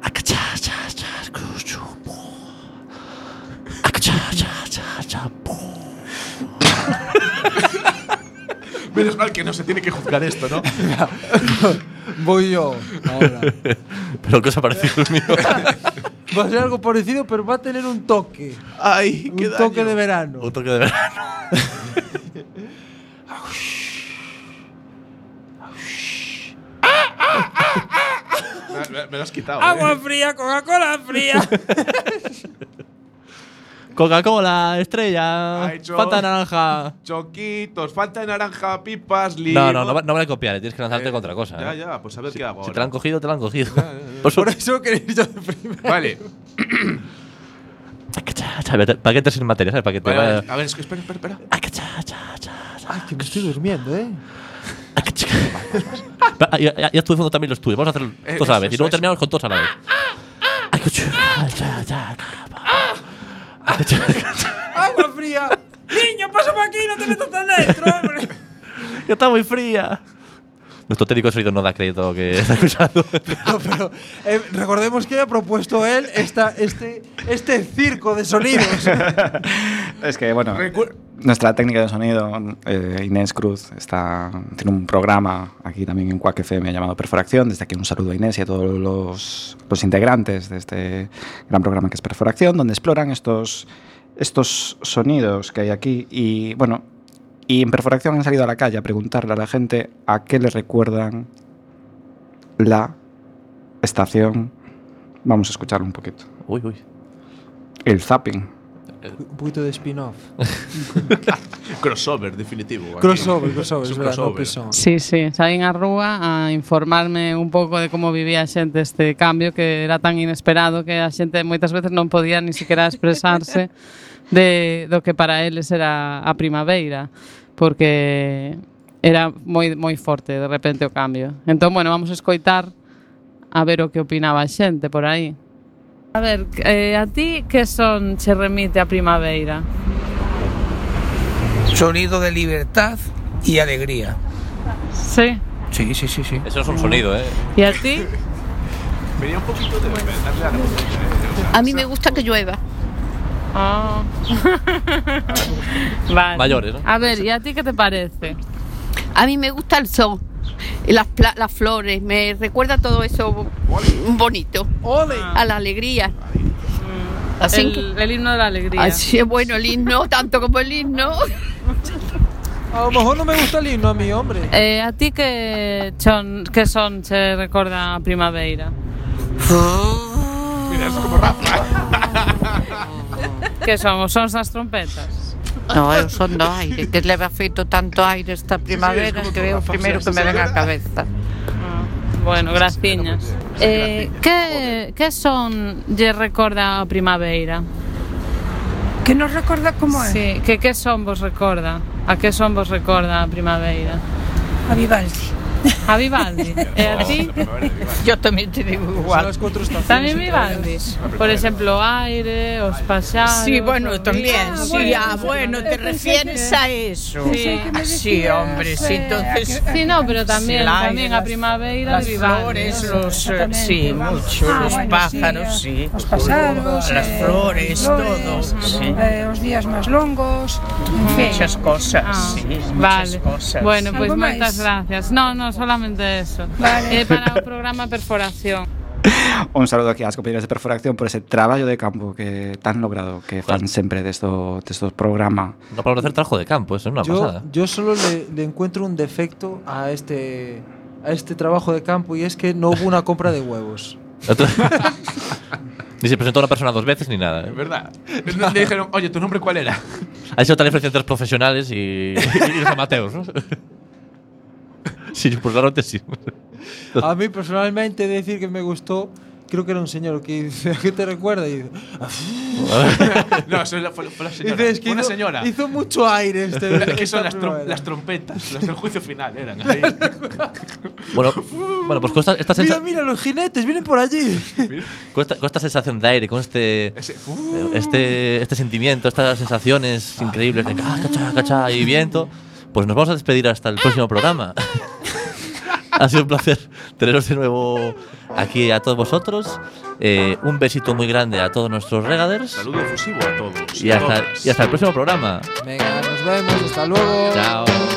[SPEAKER 4] Acachá, cha, cha, cuchu, po. Acachá, cha, cha, cha, po.
[SPEAKER 6] Menos mal que no se tiene que juzgar esto, ¿no?
[SPEAKER 5] Voy yo ahora.
[SPEAKER 4] Pero cosa parecida al mío.
[SPEAKER 5] Va a ser algo parecido, pero va a tener un toque.
[SPEAKER 6] Ay, qué
[SPEAKER 5] un toque
[SPEAKER 6] daño.
[SPEAKER 5] de verano.
[SPEAKER 4] Un toque de verano.
[SPEAKER 6] Me- Me, me lo has quitado.
[SPEAKER 5] Agua
[SPEAKER 6] eh.
[SPEAKER 5] fría, Coca-Cola fría.
[SPEAKER 4] Coca-Cola, estrella,
[SPEAKER 6] Ay, yo-
[SPEAKER 4] pata naranja.
[SPEAKER 6] Choquitos, falta de naranja, pipas,
[SPEAKER 4] No,
[SPEAKER 6] limón.
[SPEAKER 4] no, no, va- no vale copiar, eh, tienes que lanzarte
[SPEAKER 6] Eh,
[SPEAKER 4] contra cosa.
[SPEAKER 6] Ya,
[SPEAKER 4] eh.
[SPEAKER 6] ya, pues a ver qué hago.
[SPEAKER 4] Si te
[SPEAKER 6] ahora.
[SPEAKER 4] la han cogido, te la han cogido.
[SPEAKER 5] Por eso queréis yo de primero.
[SPEAKER 6] Vale.
[SPEAKER 4] Acachá, cha, vete- Para que entres en materia, ¿sabes? Para que te
[SPEAKER 6] Vale,
[SPEAKER 4] vaya.
[SPEAKER 6] vale. A ver, es que espera, espera, espera.
[SPEAKER 4] Acachá, cha, cha, cha,
[SPEAKER 5] Ay, que me estoy durmiendo, ¿eh?
[SPEAKER 4] acachá. Va, Ya, ya, ya estuve haciendo también los tuyos. Vamos a hacer
[SPEAKER 6] Eh,
[SPEAKER 4] todos a la
[SPEAKER 6] eso,
[SPEAKER 4] vez. Y
[SPEAKER 6] eso,
[SPEAKER 4] luego
[SPEAKER 6] eso.
[SPEAKER 4] terminamos con todos a la vez. Acachá, cha, cha, cha. Acachá,
[SPEAKER 5] Agua fría. Niño, pasa por aquí, no te metas tan dentro, hombre.
[SPEAKER 4] Ya está muy fría. Nuestro técnico de sonido no da crédito que está escuchando.
[SPEAKER 5] No, pero eh, recordemos que ha propuesto él esta, este, este circo de sonidos.
[SPEAKER 7] Es que, bueno, nuestra técnica de sonido, eh, Inés Cruz, está, tiene un programa aquí también en Quack FM llamado Perforacción. Desde aquí un saludo a Inés y a todos los, los integrantes de este gran programa que es Perforacción, donde exploran estos, estos sonidos que hay aquí. Y, bueno, y en Perforacción han salido a la calle a preguntarle a la gente a qué le recuerdan la estación. Vamos a escucharlo un poquito.
[SPEAKER 4] Uy, uy.
[SPEAKER 7] El zapping.
[SPEAKER 5] Un poquito de spin-off.
[SPEAKER 6] Crossover, definitivo. aquí.
[SPEAKER 5] Crossover, crossover,
[SPEAKER 6] Es
[SPEAKER 5] es
[SPEAKER 6] un
[SPEAKER 5] verdad, no
[SPEAKER 6] crossover.
[SPEAKER 5] pisón.
[SPEAKER 12] Sí, sí, salí en Arrúa a informarme un pouco de como vivía a xente este cambio que era tan inesperado que a xente moitas veces non podía ni siquiera expresarse de do que para eles era a primavera, porque era moi moi forte de repente o cambio. Entón, bueno, vamos a escoitar a ver o que opinaba a xente por aí. A ver, eh, a ti que son che remite a primavera?
[SPEAKER 13] Sonido de libertad y alegría.
[SPEAKER 12] Sí.
[SPEAKER 13] Sí, sí, sí, sí.
[SPEAKER 4] Eso es un sonido, ¿eh?
[SPEAKER 12] E a ti?
[SPEAKER 6] Venía un poquito de. ¿eh?
[SPEAKER 14] A mí me gusta que llueva.
[SPEAKER 12] Ah. Vale.
[SPEAKER 4] Mayores, ¿no?
[SPEAKER 3] A ver, ¿y a ti qué te parece? A mí me gusta el sol, y las, pla- las flores, me recuerda todo eso bo- bonito, a la alegría. Así
[SPEAKER 12] el,
[SPEAKER 3] que-
[SPEAKER 12] el himno de la alegría.
[SPEAKER 3] Así es bueno el himno, tanto como el himno.
[SPEAKER 5] A lo mejor no me gusta el himno a mí, hombre.
[SPEAKER 12] Eh, a ti que son, que son se recorda a primavera.
[SPEAKER 6] Mira, es como Rafa.
[SPEAKER 12] Que son os sons das trompetas.
[SPEAKER 3] No, eu son do aire, que leva feito tanto aire esta primavera que é o primeiro que me ven á cabeza.
[SPEAKER 12] Ah, Bueno, graciñas. Eh, que, que son lle recorda a primavera?
[SPEAKER 3] Que nos recorda como
[SPEAKER 12] é? Sí, que que son vos recorda? A que son vos recorda a primavera?
[SPEAKER 3] A Vivaldi.
[SPEAKER 12] A Vivaldi? e a ti?
[SPEAKER 3] Yo tamén te digo igual. Son as
[SPEAKER 5] cuatro
[SPEAKER 12] Tamén Vivaldi? Por exemplo, o aire, os paxaros...
[SPEAKER 3] Sí, bueno,
[SPEAKER 12] os
[SPEAKER 3] también,
[SPEAKER 12] ríos.
[SPEAKER 3] sí, ah, bueno, te refieres a eso.
[SPEAKER 12] Sí,
[SPEAKER 3] Ah, sí, hombre, sí, entonces-
[SPEAKER 12] Sí, no, pero también,
[SPEAKER 3] El aire,
[SPEAKER 12] también a
[SPEAKER 3] las-
[SPEAKER 12] primavera Ah,
[SPEAKER 3] Las
[SPEAKER 12] de Vivaldi.
[SPEAKER 3] flores, los... eh, Sí, mucho,
[SPEAKER 15] Ah,
[SPEAKER 3] los
[SPEAKER 15] bueno,
[SPEAKER 3] pájaros, sí. Los
[SPEAKER 15] pasaros,
[SPEAKER 3] Las
[SPEAKER 15] eh,
[SPEAKER 3] flores,
[SPEAKER 15] flores,
[SPEAKER 3] todo. Sí.
[SPEAKER 15] eh, os días máis longos, en fin.
[SPEAKER 3] Muchas cosas,
[SPEAKER 12] Ah,
[SPEAKER 3] sí, muchas
[SPEAKER 12] vale.
[SPEAKER 3] cosas.
[SPEAKER 12] Bueno, pues
[SPEAKER 15] ¿Algo más?
[SPEAKER 12] muchas gracias. No, no, solamente eso. Eh, para o programa Perforación.
[SPEAKER 7] Un saludo aquí a las compañeras de perforación por ese trabajo de campo que tan logrado que fan siempre de estos de estos programas.
[SPEAKER 4] No para hacer trabajo de campo, eso es una
[SPEAKER 5] Yo,
[SPEAKER 4] pasada.
[SPEAKER 5] yo solo le, le encuentro un defecto a este, a este trabajo de campo y es que no hubo una compra de huevos.
[SPEAKER 4] Ni se presentó una persona dos veces ni nada. ¿eh?
[SPEAKER 6] Es verdad. Le dijeron, oye, ¿tu nombre cuál era?
[SPEAKER 4] Ha sido tal diferencia entre los profesionales y, y los amateurs, ¿no? sí, pues claro que sí.
[SPEAKER 5] A mí personalmente decir que me gustó, creo que era un señor que dice, ¿a qué te recuerda? Y dice,
[SPEAKER 6] no, eso fue, la- fue la señora.
[SPEAKER 5] Dices que
[SPEAKER 6] Fue una
[SPEAKER 5] hizo-
[SPEAKER 6] señora.
[SPEAKER 5] hizo mucho aire este-
[SPEAKER 6] que son
[SPEAKER 5] esta
[SPEAKER 6] las, trom-
[SPEAKER 5] primavera.
[SPEAKER 6] las trompetas, las del juicio final eran. ahí.
[SPEAKER 4] Bueno, bueno pues con esta, esta
[SPEAKER 5] mira,
[SPEAKER 4] sensa-
[SPEAKER 5] mira, los jinetes vienen por allí.
[SPEAKER 4] con esta- con esta sensación de aire, con este,
[SPEAKER 6] uh.
[SPEAKER 4] este, este sentimiento, estas sensaciones increíbles de ca, cacha, cacha y viento, pues nos vamos a despedir hasta el próximo programa. ha sido un placer teneros de nuevo aquí a todos vosotros. Eh, un besito muy grande a todos nuestros regaders.
[SPEAKER 6] Saludo efusivo a todos.
[SPEAKER 4] Y
[SPEAKER 6] a
[SPEAKER 4] hasta,
[SPEAKER 6] todas.
[SPEAKER 4] y hasta el próximo programa.
[SPEAKER 5] Venga, nos vemos, hasta luego.
[SPEAKER 4] Chao.